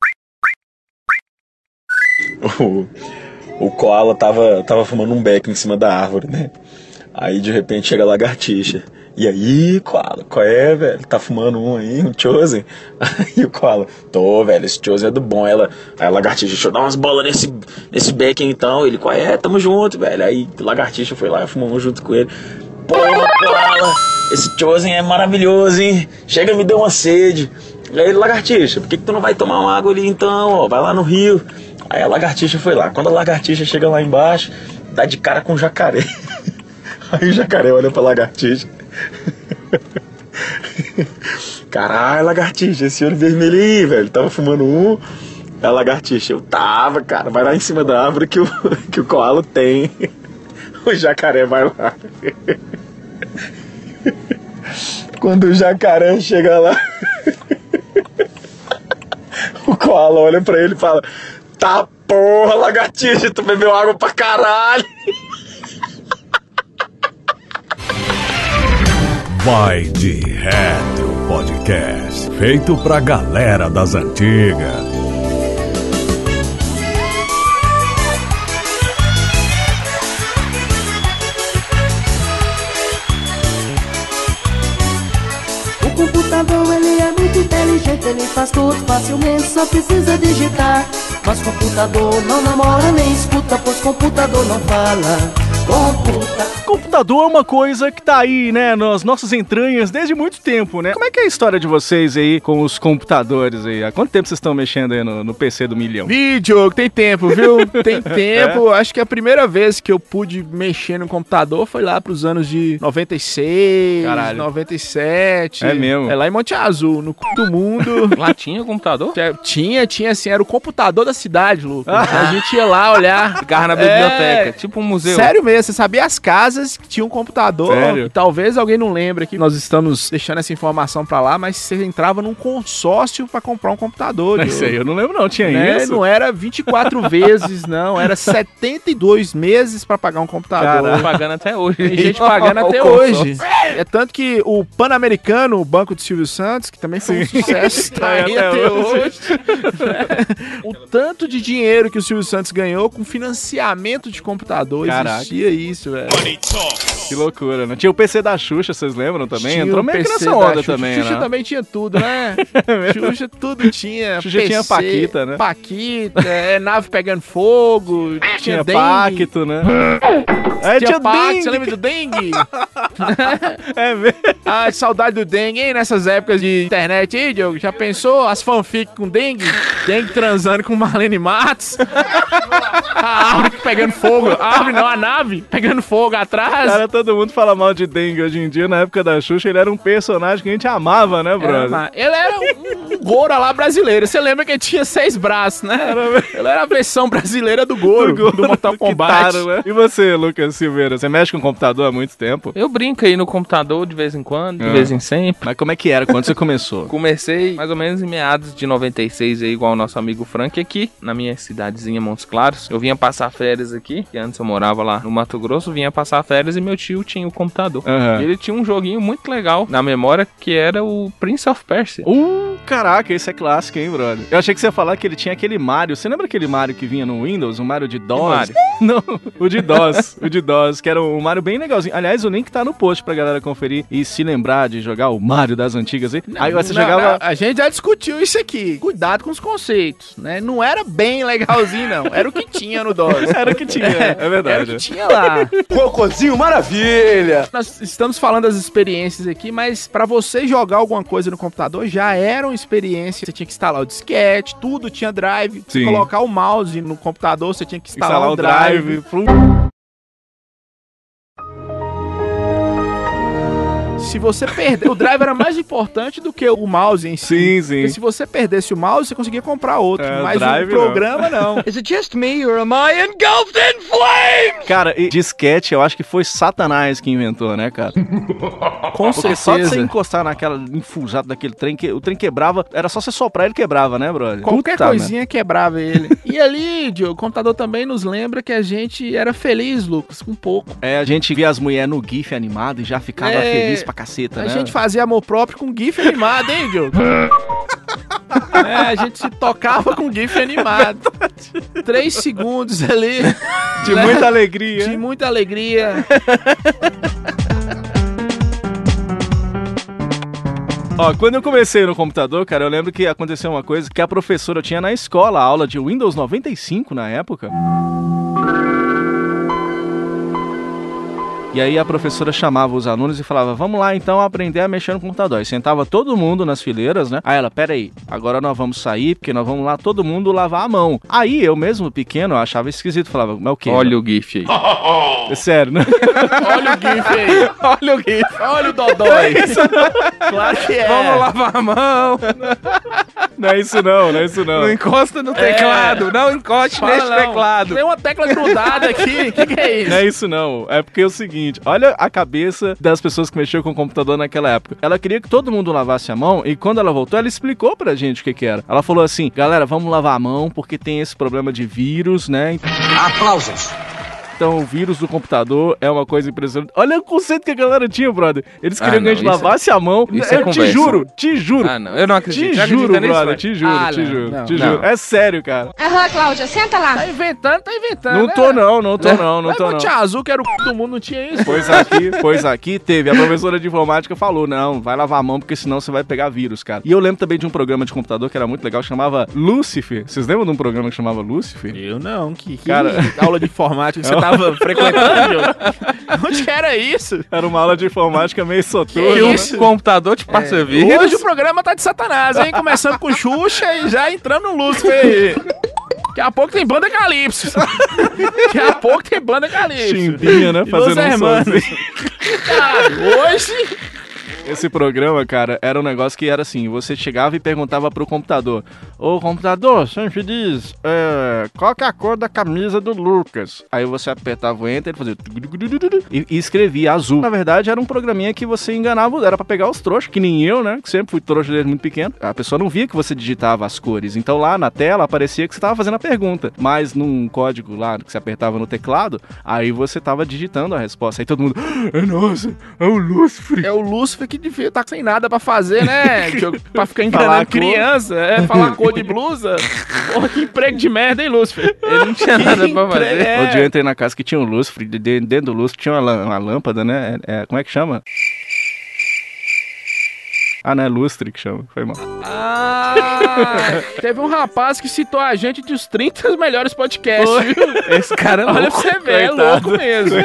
o, o koala tava, tava fumando um beco em cima da árvore, né? Aí de repente chega a lagartixa. E aí, Koala, qual é, velho? Tá fumando um aí, um Chosen? Aí o Koala, tô, velho, esse Chosen é do bom. Ela, aí a lagartixa, deixa eu dar umas bolas nesse, nesse beck então. Ele, qual é? Tamo junto, velho. Aí a lagartixa foi lá e fumou um junto com ele. Pô, Koala, esse Chosen é maravilhoso, hein? Chega, me deu uma sede. E aí, lagartixa, por que, que tu não vai tomar uma água ali então? Ó, vai lá no rio. Aí a lagartixa foi lá. Quando a lagartixa chega lá embaixo, dá de cara com o jacaré. Aí o jacaré olha pra lagartixa. Caralho, lagartixa, esse olho vermelho aí, velho. Tava fumando um. A lagartixa, eu tava, cara. Vai lá em cima da árvore que o, que o koala tem. O jacaré vai lá. Quando o jacaré chega lá, o koala olha pra ele e fala: Tá porra, lagartixa, tu bebeu água pra caralho. Vai de Retro Podcast, feito pra galera das antigas. O computador ele é muito inteligente, ele faz tudo facilmente, só precisa digitar. Mas computador não namora nem escuta, pois computador não fala. Computa. Computador é uma coisa que tá aí, né, nas nossas entranhas desde muito tempo, né? Como é que é a história de vocês aí com os computadores aí? Há quanto tempo vocês estão mexendo aí no, no PC do milhão? Vídeo, tem tempo, viu? Tem É. tempo. Acho que a primeira vez que eu pude mexer no computador foi lá pros anos de 96, Caralho. 97. É mesmo. É lá em Monte Azul, no cu do mundo. Lá tinha o computador? Tinha- Tinha, tinha assim, era o computador da cidade, Lucas. A Ah. gente ia lá olhar. Ficava É. na É. biblioteca, tipo um museu. Sério mesmo, você sabia as casas que tinham computador. Sério? E talvez alguém não lembre que nós estamos deixando essa informação pra lá, mas você entrava num consórcio pra comprar um computador. É Isso aí eu não lembro não, é, tinha né? isso? Não era 24 vezes, não. Era 72 meses pra pagar um computador. Tô pagando até hoje. Tem gente pagando até hoje. É tanto que o Pan-Americano, o banco do Silvio Santos, que também foi um sucesso, tá É, aí até até hoje. hoje. o tanto de dinheiro que o Silvio Santos ganhou com financiamento de computador, Caraca. existia isso, velho. Que loucura, né? Tinha o PC da Xuxa, vocês lembram também? Tinha Entrou o meio que PC nessa da onda Xuxa. também, Xuxa né? também tinha tudo, né? Xuxa tudo tinha. Xuxa tinha Paquita, né? Paquita, é, nave pegando fogo, tinha, Tinha dengue. Pacto, né? É, Tinha, tinha Pacto, Dengue, você lembra do dengue? É mesmo. Ah, que saudade do dengue, hein? Nessas épocas de internet, hein, Diogo? Já pensou? As fanfic com dengue? Dengue transando com Marlene Matos? A árvore pegando fogo. A árvore não, a nave pegando fogo atrás. Cara, todo mundo fala mal de Dengue hoje em dia. Na época da Xuxa, ele era um personagem que a gente amava, né, brother? Era uma- Ele era um, um Gora lá brasileiro. Você lembra que ele tinha seis braços, né? Ele era a versão brasileira do Goro, do, é. Mortal Kombat. Kitaro, né? E você, Lucas Silveira? Você mexe com computador há muito tempo? Eu brinco aí no computador de vez em quando, de Ah. vez em sempre. Mas como é que era? Quando você começou? Comecei mais ou menos em meados de 96, aí, igual o nosso amigo Frank aqui, na minha cidadezinha Montes Claros. Eu vinha passar férias aqui, que antes eu morava lá no Mato Grosso, vinha passar férias e meu tio tinha o computador. Aham. E Ele tinha um joguinho muito legal na memória que era o Prince of Persia. Uh, caraca, esse é clássico, hein, brother? Eu achei que você ia falar que ele tinha aquele Mario. Você lembra aquele Mario que vinha no Windows? O Mario de DOS? Mario? Não, o de DOS. o de DOS, que era um Mario bem legalzinho. Aliás, o link tá no post pra galera conferir e se lembrar de jogar o Mario das antigas aí. aí você Não, jogava. não, a gente já discutiu isso aqui. Cuidado com os conceitos, né? Não era bem legalzinho, não. Era o que tinha no DOS. Era o que tinha, né? é Era o que verdade. tinha lá. Cocôzinho maravilha! Nós estamos falando das experiências aqui, mas pra você jogar alguma coisa no computador já era uma experiência. Você tinha que instalar o disquete, tudo tinha drive. Você Sim. Colocar o mouse no computador, você tinha que Instalar instalar, o o drive. drive. Se você perder, o drive era mais importante do que o mouse em si. Sim, sim. Porque se você perdesse o mouse, você conseguia comprar outro. É, mas o drive não. programa não. Cara, e disquete, eu acho que foi Satanás que inventou, né, cara? Com Porque só de você certeza. encostar naquela enfusada daquele trem, que o trem quebrava, era só você soprar ele quebrava, né, brother? Qualquer Puta coisinha quebrava ele. E ali, Diogo, o computador também nos lembra que a gente era feliz, Lucas, um pouco. merda. É, a gente via as mulheres no GIF animado e já ficava É, feliz pra caceta, A né? gente fazia amor próprio com GIF animado, hein, Diogo? É, a gente se tocava com GIF animado. Três segundos ali. De né? muita alegria. De muita alegria. Ó, quando eu comecei no computador, cara, eu lembro que aconteceu uma coisa que a professora tinha na escola, a aula de Windows 95 na época. E aí a professora chamava os alunos e falava: "Vamos lá então aprender a mexer no computador". E sentava todo mundo nas fileiras, né? Aí ela: "Pera aí, agora nós vamos sair porque nós vamos lá todo mundo lavar a mão". Aí eu mesmo pequeno eu achava esquisito, falava: "Mas o quê?". Olha o GIF aí. É sério, né? Olha o GIF aí. Olha o GIF. Olha o Dodói. Claro que é. Vamos lavar a mão. Não é isso não, não é isso não. É, Não encosta no teclado. Não encoste Fala, neste não. teclado. Tem uma tecla grudada aqui. O que, que é isso? Não é isso não. É porque é o seguinte, olha a cabeça das pessoas que mexiam com o computador naquela época. Ela queria que todo mundo lavasse a mão e quando ela voltou, ela explicou pra gente o que que era. Ela falou assim: "Galera, vamos lavar a mão porque tem esse problema de vírus, né? Aplausos. Então o vírus do computador é uma coisa impressionante". Olha o conceito que a galera tinha, brother. Eles Ah, queriam que a não, gente isso é- lavasse a mão. isso é Eu te conversa. juro, te juro. Ah, não. Eu não acredito. Te Já acredita juro, nisso, brother, velho? te juro, Ah, te não, juro, não, te não. juro. É sério, cara. Aham, Cláudia, senta lá. Tá inventando, tá inventando. Não tô né? não, não É. tô não, não Mas tô no não. Tia Azul, que era o c do mundo, não tinha isso. Pois aqui, pois aqui teve. A professora de informática falou: não, vai lavar a mão, porque senão você vai pegar vírus, cara. E eu lembro também de um programa de computador que era muito legal, chamava Lucifer. Vocês lembram de um programa que chamava Lucifer? Eu não, que, é que Cara. É um aula de informática que você tava frequentando? Diogo? Onde que era isso? Era uma aula de informática meio Que soturna. né? Que o isso? computador te É. passa vírus. Hoje o programa tá de satanás, hein? Começando com Xuxa e já entrando no Lúcifer. Daqui a pouco tem banda Calypso. Daqui a pouco tem banda Calypso. Chimbinha, né? E Fazendo Los um Hermanos. sozinho. Cara, hoje... Esse programa, cara, era um negócio que era assim: você chegava e perguntava pro computador: Ô computador, senhor te diz, é, qual que é a cor da camisa do Lucas? Aí você apertava o enter, ele fazia tugudugudududu e, e escrevia azul. Na verdade, era um programinha que você enganava, era pra pegar os trouxas, que nem eu, né? Que sempre fui trouxa desde muito pequeno. A pessoa não via que você digitava as cores. Então lá na tela aparecia que você tava fazendo a pergunta. Mas num código lá que você apertava no teclado, aí você tava digitando a resposta. Aí todo mundo, "Ah, nossa, é o Lúcifer. É o Lúcifer que devia estar sem nada pra fazer, né? Diogo? pra ficar Falar a enganando cor. criança, é, falar cor de blusa. Porra, que emprego de merda, hein, Lúcifer? Ele não tinha nada pra Emprego, fazer. é. Outro dia eu entrei na casa que tinha um lustre, de- de- dentro do lustre tinha uma, lã- uma lâmpada, né? É- é- como é que chama? Ah, não, é lustre que chama, foi mal. Ah, teve um rapaz que citou a gente dos 30 melhores podcasts, viu? Esse cara é Olha pra louco. você ver, é louco mesmo.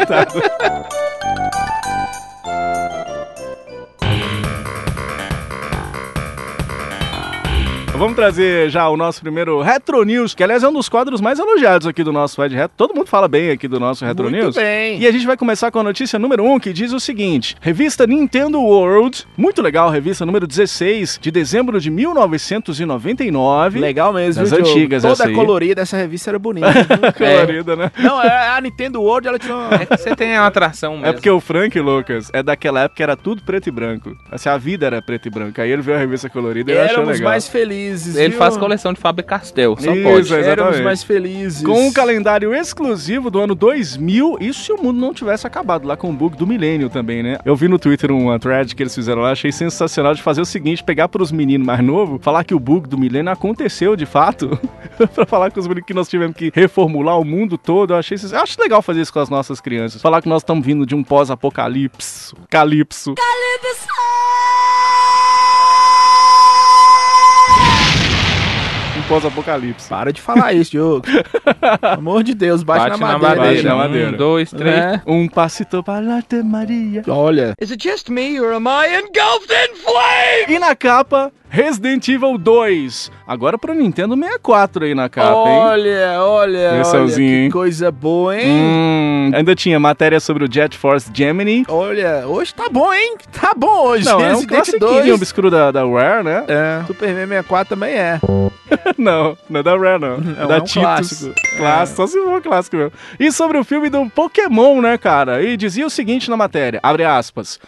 Vamos trazer já o nosso primeiro Retro News, que aliás é um dos quadros mais elogiados aqui do nosso Ed Retro. Todo mundo fala bem aqui do nosso Retro Muito News. bem. E a gente vai começar com a notícia número 1, que diz o seguinte: Revista Nintendo World, muito legal, revista número 16, de dezembro de 1999. Legal mesmo, Das viu, Diogo? antigas Toda essa aí. colorida, essa revista era bonita. viu? Colorida, né? É. Não, é, a Nintendo World, ela tinha uma... É Você tem uma atração Então mesmo. É porque o Frank, Lucas, é daquela época que era tudo preto e branco. Assim, a vida era preto e branco. Aí ele viu a revista colorida e ele achou Éramos legal. mais felizes, Ele viu? faz coleção de Faber-Castell, só Isso, pode. exatamente. Éramos mais felizes. Com um calendário exclusivo do ano 2000, e se o mundo não tivesse acabado lá com o bug do milênio também, né? Eu vi no Twitter uma thread que eles fizeram lá, achei sensacional de fazer o seguinte, pegar pros meninos mais novos, falar que o bug do milênio aconteceu de fato, pra falar com os meninos que nós tivemos que reformular o mundo todo, eu achei sens- eu acho legal fazer isso com as nossas crianças, falar que nós estamos vindo de um pós-apocalipse, calipso. Um pós-apocalipse. Para de falar isso, Diogo. Pelo amor de Deus, bate, Bate na na madeira. Bate na madeira. madeira. Um, dois, três. Né? Um passito para a Te Maria. Olha, Is it just me or am I engulfed in flame? E na capa, Resident Evil 2. Agora pro Nintendo 64 aí na capa, hein? olha, olha, olha, Lençolzinho, que hein? coisa boa, hein? Hum, ainda tinha matéria sobre o Jet Force Gemini. Olha, hoje tá bom, hein? Tá bom hoje. Não, é um Resident classiquinho 2. obscuro da, da Rare, né? É, Superman 64 também é. Não, não é da Rare, não. É, é da um Titus. clássico. É. Clássico, só se for clássico mesmo. E sobre o filme do Pokémon, né, cara? E dizia o seguinte na matéria, abre aspas.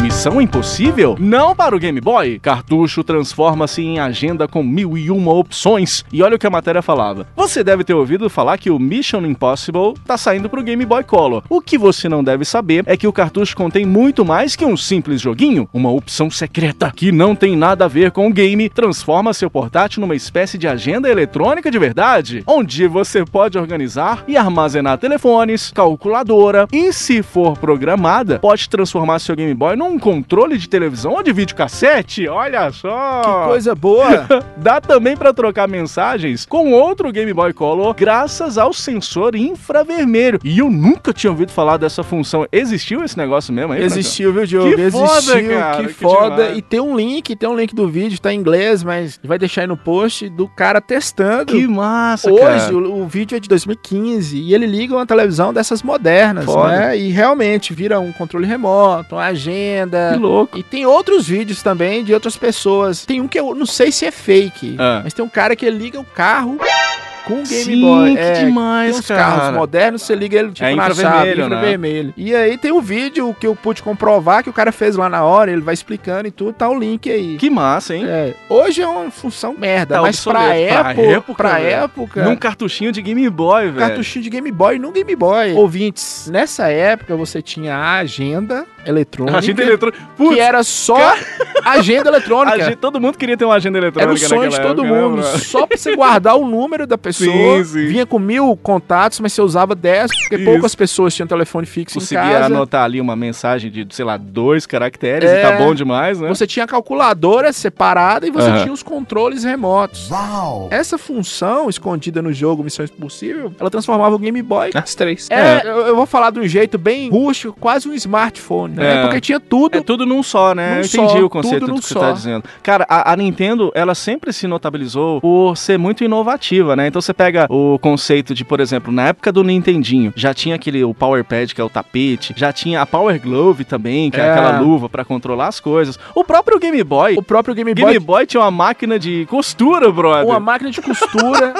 Missão Impossível? Não para o Game Boy. Cartucho transforma-se em agenda com mil e uma opções. E olha o que a matéria falava. Você deve ter ouvido falar que o Mission Impossible tá saindo pro Game Boy Color. O que você não deve saber é que o cartucho contém muito mais que um simples joguinho. Uma opção secreta que não tem nada a ver com o game transforma seu portátil numa espécie de agenda eletrônica de verdade, onde você pode organizar e armazenar telefones, calculadora e, se for programada, pode transformar seu Game Boy num controle de televisão ou de videocassete. Olha só! Coisa boa. Dá também para trocar mensagens com outro Game Boy Color graças ao sensor infravermelho. E eu nunca tinha ouvido falar dessa função. Existiu esse negócio mesmo aí? Brancão? Existiu, viu, Diogo? Que Existiu, foda, cara, que que foda. demais. e tem um link, tem um link do vídeo, tá em inglês, mas vai deixar aí no post do cara testando. Que massa, Hoje, cara. o, o vídeo é de 2015 e ele liga uma televisão dessas modernas, Foda. né? E realmente vira um controle remoto, uma agenda. Que louco. E tem outros vídeos também de outras pessoas. Tem um que eu não sei se é fake, Ah. mas tem um cara que liga o carro com o Game Sim, Boy. que É, demais, tem uns cara. carros modernos, você liga ele tipo É na chave, infravermelho, né? infravermelho. E aí tem um vídeo que eu pude comprovar que o cara fez lá na hora, ele vai explicando e tudo, tá o link aí. Que massa, hein? É, hoje é uma função merda, Tá mas pra obsoleto, pra época, pra época, época, velho. Num cartuchinho de Game Boy, velho. É, cartuchinho de Game Boy no Game Boy. Ouvintes, nessa época você tinha a agenda eletrônica, Agenda eletrônica. que é, Putz, era só agenda eletrônica. agen- todo mundo queria ter uma agenda eletrônica Era o sonho de naquela todo época, né, mundo. bro? Só pra você guardar o número da pessoa. Sim, sim. Vinha com mil contatos, mas você usava dez, porque Isso. poucas pessoas tinham telefone fixo em Conseguia casa. anotar ali uma mensagem de, sei lá, dois caracteres É. e tá bom demais, né? Você tinha a calculadora separada e você Aham. tinha os controles remotos. Essa função escondida no jogo Missão Impossível, ela transformava o Game Boy. As três. É, Eu, eu vou falar de um jeito bem rústico, quase um smartphone, né? É. Porque tinha tudo. É tudo num só, né? Num Eu entendi só, o conceito tudo do num que você tá só. dizendo. Cara, a, a Nintendo, ela sempre se notabilizou por ser muito inovativa, né? Então você pega o conceito de, por exemplo, na época do Nintendinho, já tinha aquele o Power Pad, que é o tapete, já tinha a Power Glove também, que é, É. aquela luva pra controlar as coisas. O próprio Game Boy. O próprio Game O Boy É. Game Boy tinha uma máquina de costura, brother. uma máquina de costura,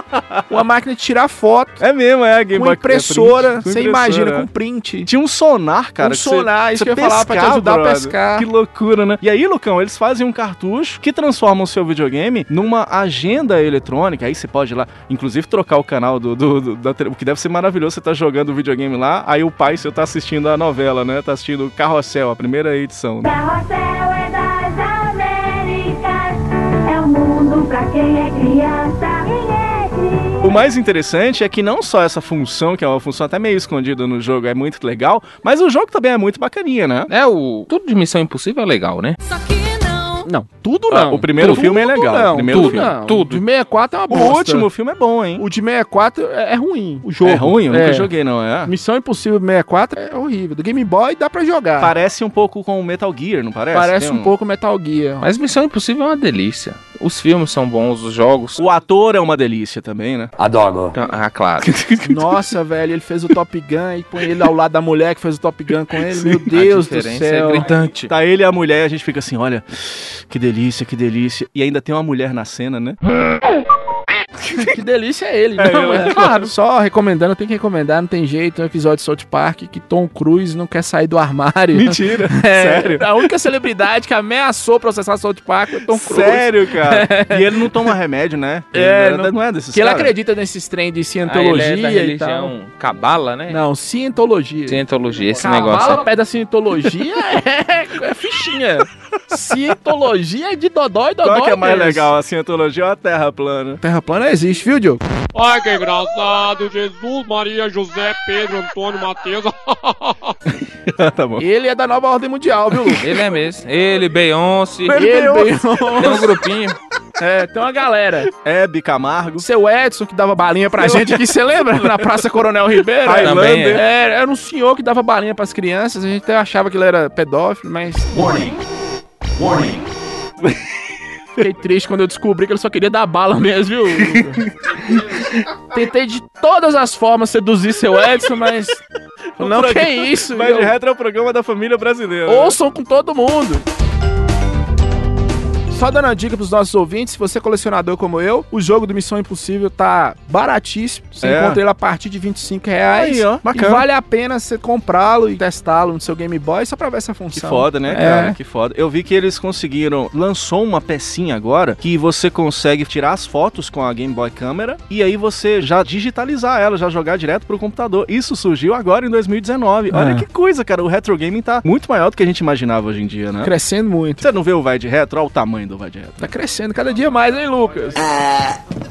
uma máquina de tirar foto, É mesmo, é, Game uma Boy. impressora, print, com você impressora, imagina, é. com print. Tinha um sonar, cara. um que você- sonar, isso que eu ia falar, pra te pescava, ajudar a brother. pescar. Que loucura, né? E aí, Lucão, eles fazem um cartucho que transforma o seu videogame numa agenda eletrônica. Aí você pode ir lá, inclusive, trocar o canal do, do- do- da tele- O que deve ser maravilhoso, você tá jogando o videogame lá, aí o pai seu tá assistindo a novela, né? Tá assistindo o Carrossel, a primeira edição. né? Carrossel é das Américas, é o mundo pra quem é criança. Quem é criança? O mais interessante é que não só essa função, que é uma função até meio escondida no jogo, é muito legal, mas o jogo também é muito bacaninha, né? É, o. Tudo de Missão Impossível é legal, né? Não, tudo Ah, não. o primeiro Tudo filme é legal, Não, o primeiro tudo filme. não. Tudo. O de 64 é uma O bosta. último filme é bom, hein? O de 64 é é ruim. O jogo. É ruim? Eu É. nunca joguei, não, é? Missão Impossível 64 é horrível. Do Game Boy dá pra jogar. Parece um pouco com o Metal Gear, não parece? Parece Tem um pouco Metal Gear. Mas Missão Impossível é uma delícia. Os filmes são bons, os jogos. O ator é uma delícia também, né? Adoro. Ah, claro. Nossa, velho, ele fez o Top Gun e põe ele ao lado da mulher que fez o Top Gun com ele. Meu Deus a do diferença é céu. gritante. Tá ele e a mulher, e a gente fica assim, olha, que delícia, que delícia. E ainda tem uma mulher na cena, né? que delícia é ele, É, não, ele é? Claro, só recomendando, tem que recomendar, não tem jeito. É um episódio de South Park que Tom Cruise não quer sair do armário. Mentira. É, Sério. A única celebridade que ameaçou processar South Park é Tom Cruise. Sério, cara. E ele não toma remédio, né? É, Ele não, não é desses Que ele cara. acredita nesses trem de Ah, ele cientologia é da e tal. religião cabala, né? Não, cientologia. Cientologia, esse Cavalo negócio. é ao pé da cientologia é, é fichinha. Cientologia é de dodó e dodó. Qual que é mais mesmo. legal, a cientologia ou a terra plana? Terra plana existe, viu, Diogo? Ai, que engraçado! Jesus, Maria, José, Pedro, Antônio, Mateus. tá bom. Ele é da nova ordem mundial, viu, Lu? Ele é mesmo. Ele, Beyoncé. Ele, Tem Beyoncé. um grupinho. É, tem uma galera. Hebe Camargo. O seu Edson que dava balinha pra gente aqui, você lembra? Na Praça Coronel Ribeiro? Também é. É, era um senhor que dava balinha pras crianças, a gente até achava que ele era pedófilo, mas. Fiquei triste quando eu descobri que ele só queria dar bala mesmo, viu? Tentei de todas as formas seduzir seu Edson, mas. Não, que é isso? Mas de eu- retro é o programa da família brasileira. Ouçam com todo mundo. Só dando uma dica pros nossos ouvintes, se você é colecionador como eu, o jogo do Missão Impossível tá baratíssimo. Você É. encontra ele a partir de 25 reais. Aí, ó, bacana. E vale a pena você comprá-lo e testá-lo no seu Game Boy só pra ver essa Que função. foda, né, cara? É. Que foda. Eu vi que eles conseguiram. Lançou uma pecinha agora que você consegue tirar as fotos com a Game Boy Câmera e aí você já digitalizar ela, já jogar direto pro computador. Isso surgiu agora em 2019. Olha É. que coisa, cara. O retro gaming tá muito maior do que a gente imaginava hoje em dia, né? Crescendo muito. Você não vê o Vai de Retro? Olha o tamanho do Vai de Retro. Tá crescendo cada dia mais, hein, Lucas? É,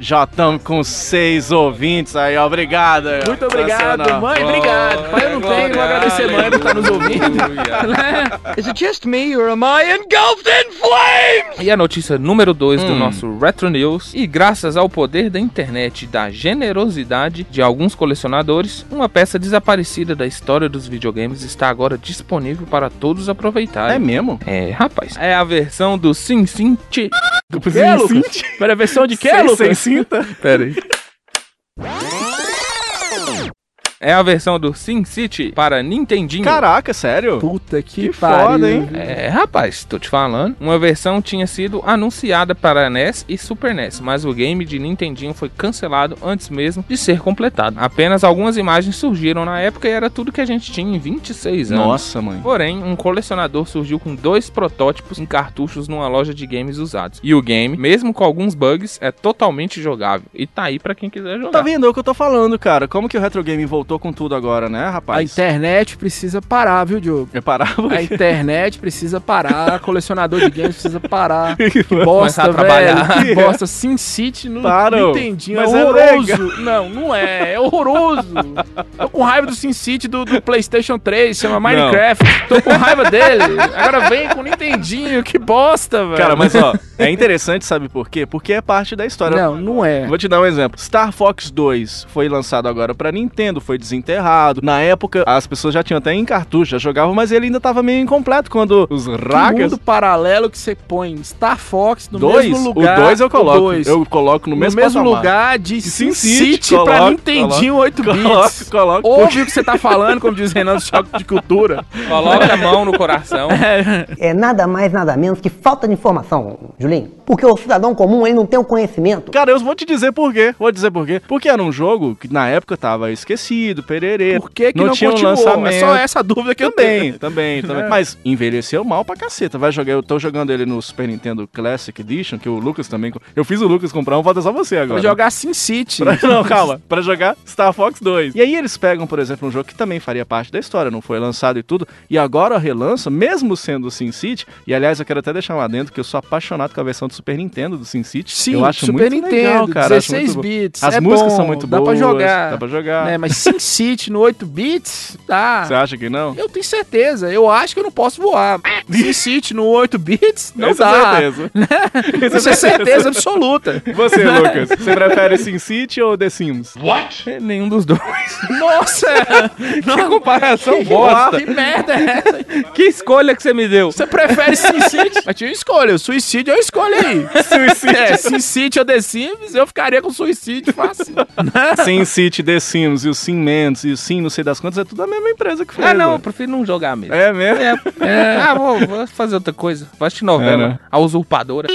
Já estamos com seis ouvintes aí, ó. obrigado. Tá Muito obrigado, Sensacional. mãe. Obrigado. Pai, eu não tenho, vou agradecer, mãe, por estar nos ouvindo. Is it just me or am I engulfed in flames? E a notícia número 2 do nosso Retro News. E graças ao poder da internet e da generosidade de alguns colecionadores, uma peça desaparecida da história dos videogames está agora disponível para todos É aproveitarem. mesmo? É, rapaz. É a versão do Sim Sim Ti. Que, Lucas? Pera, versão de que, Lucas? cinta? Pera aí. É a versão do Sim City para Nintendinho. Caraca, sério? Puta que, Que pariu. foda, hein? É, rapaz, tô te falando. Uma versão tinha sido anunciada para NES e Super NES, mas o game de Nintendinho foi cancelado antes mesmo de ser completado. Apenas algumas imagens surgiram na época e era tudo que a gente tinha em 26 anos. Nossa, mãe. Porém, um colecionador surgiu com dois protótipos em cartuchos numa loja de games usados. E o game, mesmo com alguns bugs, é totalmente jogável. E tá aí pra quem quiser jogar. Tá vendo é o que eu tô falando, cara? Como que o retro game voltou com tudo agora, né, A rapaz? internet precisa parar, viu, Diogo? Eu parava. A internet precisa parar, colecionador de games precisa parar. Que Começar bosta, a trabalhar. velho. Que bosta. Sin City no Para, ô. Nintendinho. Mas é é horroroso. não, não é. É horroroso. Tô com raiva do Sin City do, do PlayStation 3, chama Minecraft. Tô com raiva dele. Agora vem com o Nintendinho. Que bosta, velho. Cara, mas ó, é interessante, sabe por quê? Porque é parte da história. Não, não é. Vou te dar um exemplo. Star Fox 2 foi lançado agora pra Nintendo, foi desenterrado. Na época, as pessoas já tinham até em cartucho, já jogavam, mas ele ainda tava meio incompleto quando os Que ragas. mundo paralelo que você põe Star Fox no Dois, mesmo lugar. o 2 eu coloco. o dois. Eu coloco no no mesmo, mesmo, patamar. lugar de Sin Sin City, City, pra coloca, Nintendinho 8 bits. Coloco, coloco. Ouve o que você tá falando, como diz Renan do Choque de Cultura. Coloca a mão no coração. É nada mais, nada menos que falta de informação, Julinho. Porque o cidadão comum, ele não tem o conhecimento. Cara, eu vou te dizer por quê. Vou dizer por quê. Porque era um jogo que na época tava esquecido, pererê. Por que, que não, Não tinha um continuou? É lançamento. só essa dúvida que eu Também, tenho. também, também. É. Mas envelheceu mal pra caceta. Vai jogar, eu tô jogando ele no Super Nintendo Classic Edition, que o Lucas também. co- Eu fiz o Lucas comprar um, falta só você Pra agora. jogar Sin City. Pra- não, calma. Pra jogar Star Fox 2. E aí eles pegam, por exemplo, um jogo que também faria parte da história, não foi lançado e tudo, e agora relança, mesmo sendo o Sin City. E aliás, eu quero até deixar lá dentro que eu sou apaixonado com a versão do Super Nintendo do Sin City. Sim, eu acho Super muito Nintendo, legal, cara. acho 16 muito bom. bits. As é músicas bom, são muito dá boas. Pra jogar, Dá pra jogar. Né, mas Sin City no 8 bits, tá. Você acha que não? Eu tenho certeza, eu acho que eu não posso voar. Sin City no 8 bits, não Essa dá. é certeza. Isso é certeza absoluta. Você, Lucas, você prefere Sin City ou The Sims? Nenhum dos dois. Nossa! Que comparação bosta. Que merda é essa? Que escolha que você me deu. Você prefere Sin City? Mas tinha escolha. O suicídio eu escolho aí. Suicídio? É, Sin City ou The Sims, eu ficaria com suicídio fácil. Sin City, The Sims e o Sim Mendes e o Sim não sei das quantas, é tudo a mesma empresa que fez. Ah, não, eu mano. prefiro não jogar mesmo. É mesmo? É. Ah, vou, vou fazer outra coisa. Vou assistir novela. É, né? A Usurpadora.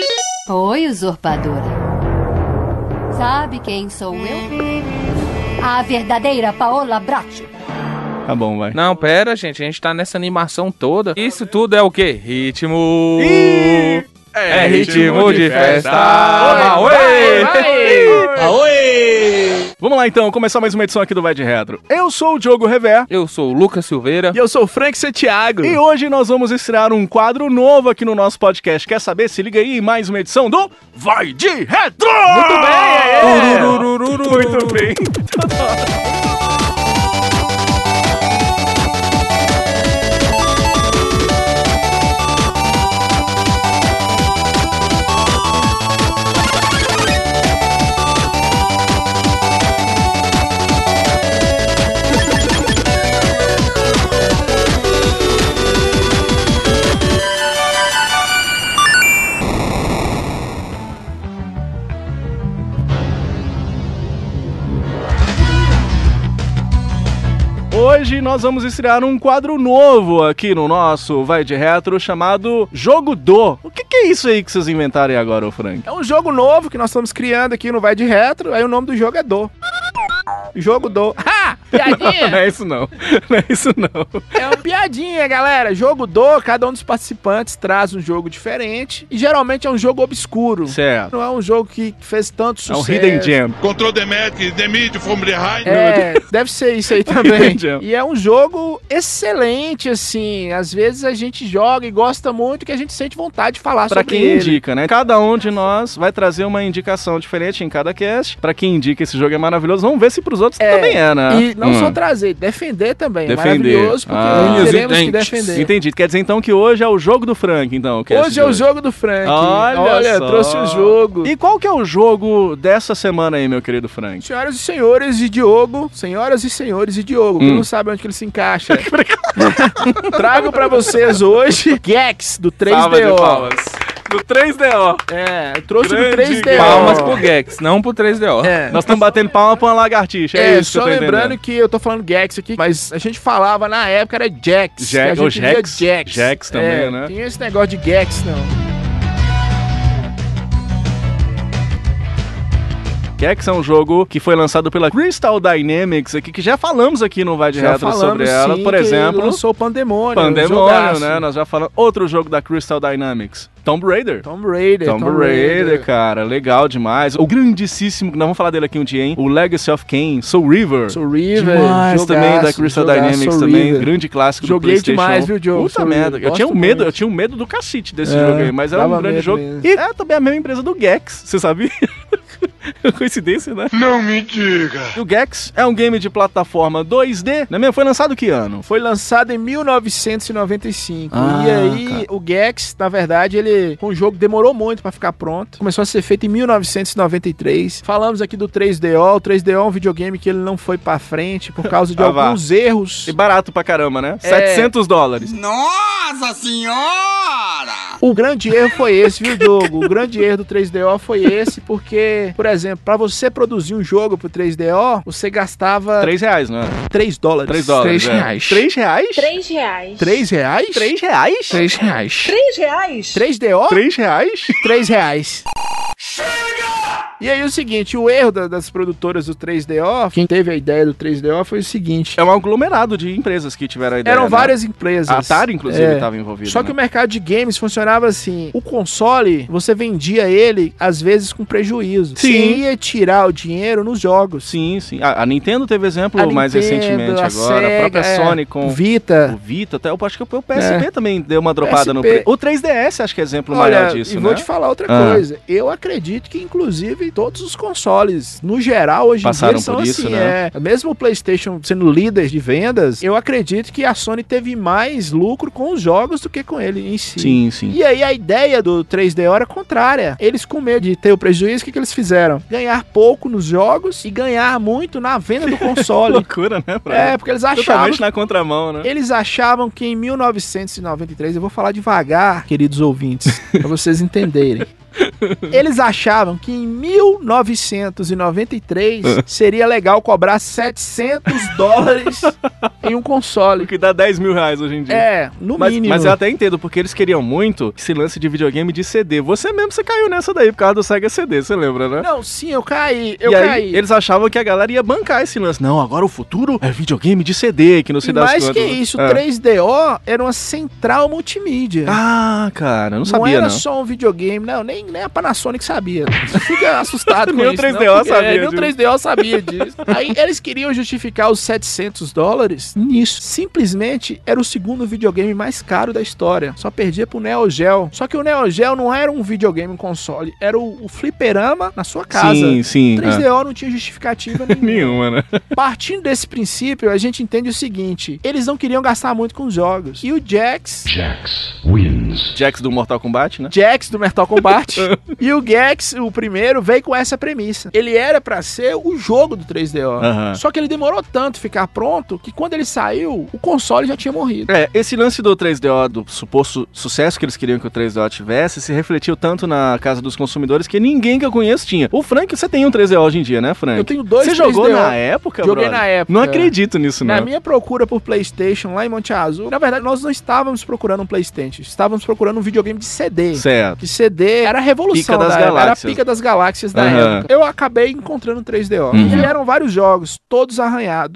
Oi, usurpadora. Sabe quem sou eu? Hum. A verdadeira Paola Bracho. Tá bom, vai. Não, pera, gente. A gente tá nessa animação toda. Isso tudo é o quê? Ritmo. É ritmo de festa. tá. Mauê! Vamos lá então, começar mais uma edição aqui do Vai de Retro. Eu sou o Diogo Rever. Eu sou o Lucas Silveira. E eu sou o Frank Santiago. E hoje nós vamos estrear um quadro novo aqui no nosso podcast. Quer saber? Se liga aí, mais uma edição do Vai de Retro! Muito bem, Muito bem. hoje nós vamos estrear um quadro novo aqui no nosso Vai de Retro chamado Jogo Do. O que, que é isso aí que vocês inventaram aí agora, ô Frank? É um jogo novo que nós estamos criando aqui no Vai de Retro, aí o nome do jogo é Do. Jogo Do. Ha! Piadinha! Não, não é isso não. Não é isso não. É uma piadinha, galera. Jogo do, cada um dos participantes traz um jogo diferente. E geralmente é um jogo obscuro. Certo. Não é um jogo que fez tanto É um sucesso. Hidden Gem. Control the Magic, the Mid, Fombre High. É, deve ser isso aí também. Hidden Gem. e é um jogo excelente, assim. Às vezes a gente joga e gosta muito que a gente sente vontade de falar Pra sobre quem ele. indica, né? Cada um de nós vai trazer uma indicação diferente em cada cast. Pra quem indica esse jogo é maravilhoso, vamos ver se pros outros também é, né? E não Hum. só trazer, defender também. É defender. Ah. maravilhoso, porque nós teremos que defender. Entendi. Quer dizer então que hoje é o jogo do Frank, então. que esse Hoje é o jogo do Frank. Olha, só. trouxe o jogo. E qual que é o jogo dessa semana aí, meu querido Frank? Senhoras e senhores e Diogo, senhoras e senhores e Diogo, que Hum. não sabe onde que ele se encaixa. Trago pra vocês hoje Gex do 3DO. Salva de palmas. Do 3DO. É, eu trouxe do Grande 3DO. Palmas pro Gex, não pro 3DO. É. Nós estamos batendo palma pra uma lagartixa, é, É, isso que eu tô só lembrando entendendo. que eu tô falando Gex aqui, mas a gente falava na época era Jax. que Jax, a gente ou via Jax. Jax também, É, né? Tinha esse negócio de Gex, não. Que é que é um jogo que foi lançado pela Crystal Dynamics aqui, que já falamos aqui no Vai de Retro sobre ela, por que exemplo. lançou o Pandemônio. um Pandemônio, jogaço. né? Nós já falamos. Outro jogo da Crystal Dynamics. Tomb Raider. Tomb Raider. Tomb, Raider, cara, legal demais. O grandíssimo, nós vamos falar dele aqui um dia, hein? O Legacy of Kain, Soul River. Soul River, Demais jogaço, também da Crystal jogaço, Dynamics Soul também, River. grande clássico Joguei do PlayStation. um. demais, viu, Diogo? Puta Soul merda, River, eu tinha um gosto medo, muito. eu tinha um medo do cacete desse É, jogo aí, mas era um dava grande medo jogo. mesmo. E é também a mesma empresa do Gex, você sabia? Coincidência, né? Não me diga. E O Gex é um game de plataforma 2D, né mesmo? Foi lançado que ano? Foi lançado em 1995. Ah, e aí, o Gex, na verdade, ele com o jogo demorou muito pra ficar pronto. Começou a ser feito em 1993. Falamos aqui do 3DO. O 3DO é um videogame que ele não foi pra frente por causa de Ah, vá. alguns erros. E barato pra caramba, né? É. Hum. 700 dólares. Nossa senhora! O grande erro foi esse, viu, Diogo? O grande erro do 3DO foi esse, porque, por exemplo, pra você produzir um jogo pro 3DO, você gastava 3 reais, não é? 3 dólares. 3 dólares. Três é. reais. 3 reais? Três reais. 3 reais? 3 reais? 3 reais. Três reais? 3DO? 3 reais? 3 reais. E aí o seguinte, o erro da- das produtoras do 3DO, quem teve a ideia do 3DO foi o seguinte. É um aglomerado de empresas que tiveram a ideia. Eram né? várias empresas. A Atari, inclusive, É. estava envolvida. Só que o né? mercado de games funcionava assim. O console, você vendia ele, às vezes, com prejuízo. Sim. Você ia tirar o dinheiro nos jogos. Sim, sim. A, a Nintendo teve exemplo A mais Nintendo, recentemente a agora. a Sega, própria é. Sony com O Vita. É. o Vita. Até, eu acho que o PSP também deu uma dropada no PSP. preço. O 3DS acho que é exemplo Olha, maior disso, e né? vou te falar outra Ah. coisa. Eu acredito que, inclusive, todos os consoles, no geral, hoje Passaram em dia, são por isso, assim. né? é. mesmo o PlayStation sendo líder de vendas, eu acredito que a Sony teve mais lucro com os jogos do que com ele em si. Sim, sim. assim, E aí a ideia do 3D era contrária. Eles com medo de ter o prejuízo, o que, que eles fizeram? Ganhar pouco nos jogos e ganhar muito na venda do console. Loucura, né, Brian? é, porque eles achavam Totalmente na contramão, né? eles achavam que em 1993, eu vou falar devagar, queridos ouvintes, pra vocês entenderem. Eles achavam que em 1993 Ah. seria legal cobrar 700 dólares em um console. O que dá 10 mil reais hoje em dia. É, no mas, mínimo. mas eu até entendo, porque eles queriam muito esse lance de videogame de CD. Você mesmo, você caiu nessa daí por causa do Sega CD, você lembra, né? Não, sim, eu caí, eu e aí, caí. eles achavam que a galera ia bancar esse lance. Não, agora o futuro é videogame de CD, que não sei E das mais que quantas. isso, É. 3DO era uma central multimídia. Ah, cara, eu não sabia, era não. só um videogame, não, nem, nem a Panasonic sabia. Fica assustado com Nem o isso. 3DO não, porque- sabia é, Nem o disso. 3DO sabia disso. Aí eles queriam justificar os 700 dólares nisso. Simplesmente era o segundo videogame mais caro da história. Só perdia pro Neo Geo. Só que o Neo Geo não era um videogame um console, era o, o fliperama na sua casa. Sim, sim. 3DO não tinha justificativa é. Nenhuma, né? Partindo desse princípio, a gente entende o seguinte: eles não queriam gastar muito com os jogos. E o Jax, Jax wins. Jax. Jax do Mortal Kombat, né? Jax do Mortal Kombat. e o Gex, o primeiro, veio com essa premissa. Ele era pra ser o jogo do 3DO. Aham. Só que ele demorou tanto ficar pronto que quando ele saiu, o console já tinha morrido. É, esse lance do 3DO, do suposto sucesso que eles queriam que o 3DO tivesse, se refletiu tanto na casa dos consumidores que ninguém que eu conheço tinha. O Frank, você tem um 3DO hoje em dia, né, Frank? Eu tenho dois Você jogou 3DO. na época, Joguei brother? na época. Não acredito nisso, não. Na minha procura por PlayStation lá em Monte Azul, na verdade nós não estávamos procurando um PlayStation, estávamos procurando um videogame de CD. Certo. Que CD era a revolução Pica das da época, galáxias. era a pica das galáxias da Aham. época. Eu acabei encontrando o 3DO. Uhum. E eram vários jogos, todos arranhados.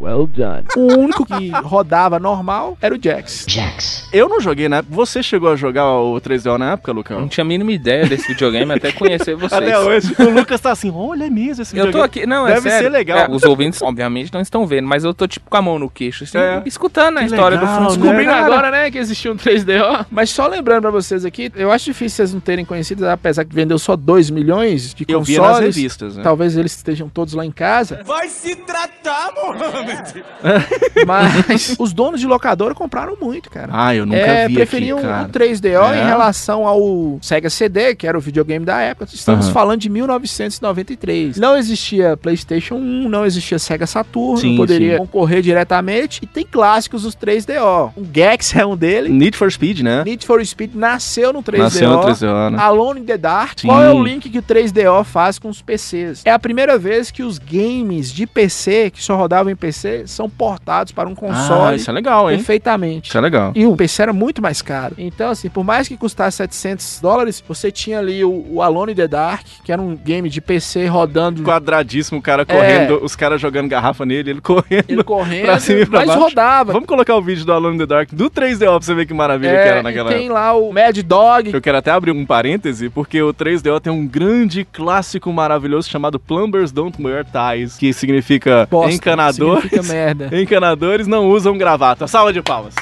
Well done. O único que rodava normal era o Jax. Jax. Eu não joguei na época. Você chegou a jogar o 3DO na época, Lucão? Não tinha a mínima ideia desse videogame até conhecer vocês. Até hoje. Ah, O Lucas tá assim, olha é mesmo esse Eu tô videogame. aqui, não, é Deve sério. ser legal. É, os ouvintes, obviamente, não estão vendo, mas eu tô tipo com a mão no queixo, assim, É. escutando a Que história legal, do Frank. Descobrindo agora, né, que existia um 3DO. Mas só lembrando pra vocês aqui, eu acho difícil vocês não terem conhecido, apesar que vendeu só 2 milhões de Eu consoles. via nas revistas, né? Talvez eles estejam todos lá em casa. Vai se tratar, Mohamed! Mas os donos de locadora compraram muito, cara. Ah, eu nunca é, vi preferiam aqui, cara. o 3DO É? em relação ao Sega CD, que era o videogame da época. Estamos Aham. falando de 1993. Não existia PlayStation 1, não existia Sega Saturn, Sim, não poderia sim. concorrer diretamente. E tem clássicos dos 3DO. O Gex é um dele. Need for Speed, né? Need for Speed nasceu no 3DO. Nasceu no 3DO, né? Alone in the Dark. Sim. Qual é o link que o 3DO faz com os PCs? É a primeira vez que os games de PC, que só rodavam em PC, são portados para um Ah, console. isso é legal, hein? Perfeitamente. Isso é legal. E o PC era muito mais caro. Então, assim, por mais que custasse 700 dólares, você tinha ali o, o Alone in the Dark, que era um game de PC rodando. Um Quadradíssimo, o cara correndo, os caras jogando garrafa nele, É. ele correndo. Ele correndo, pra cima e pra mas baixo. rodava. É, Vamos colocar o vídeo do Alone in the Dark do 3DO pra você ver que maravilha que era e naquela tem lá o Mad Dog. Eu quero até abrir um parêntese, porque o 3DO tem um grande clássico maravilhoso chamado Plumbers Don't Wear Ties, que significa Bosta, encanadores. significa merda. Encanadores não usam gravata. Salva de palmas.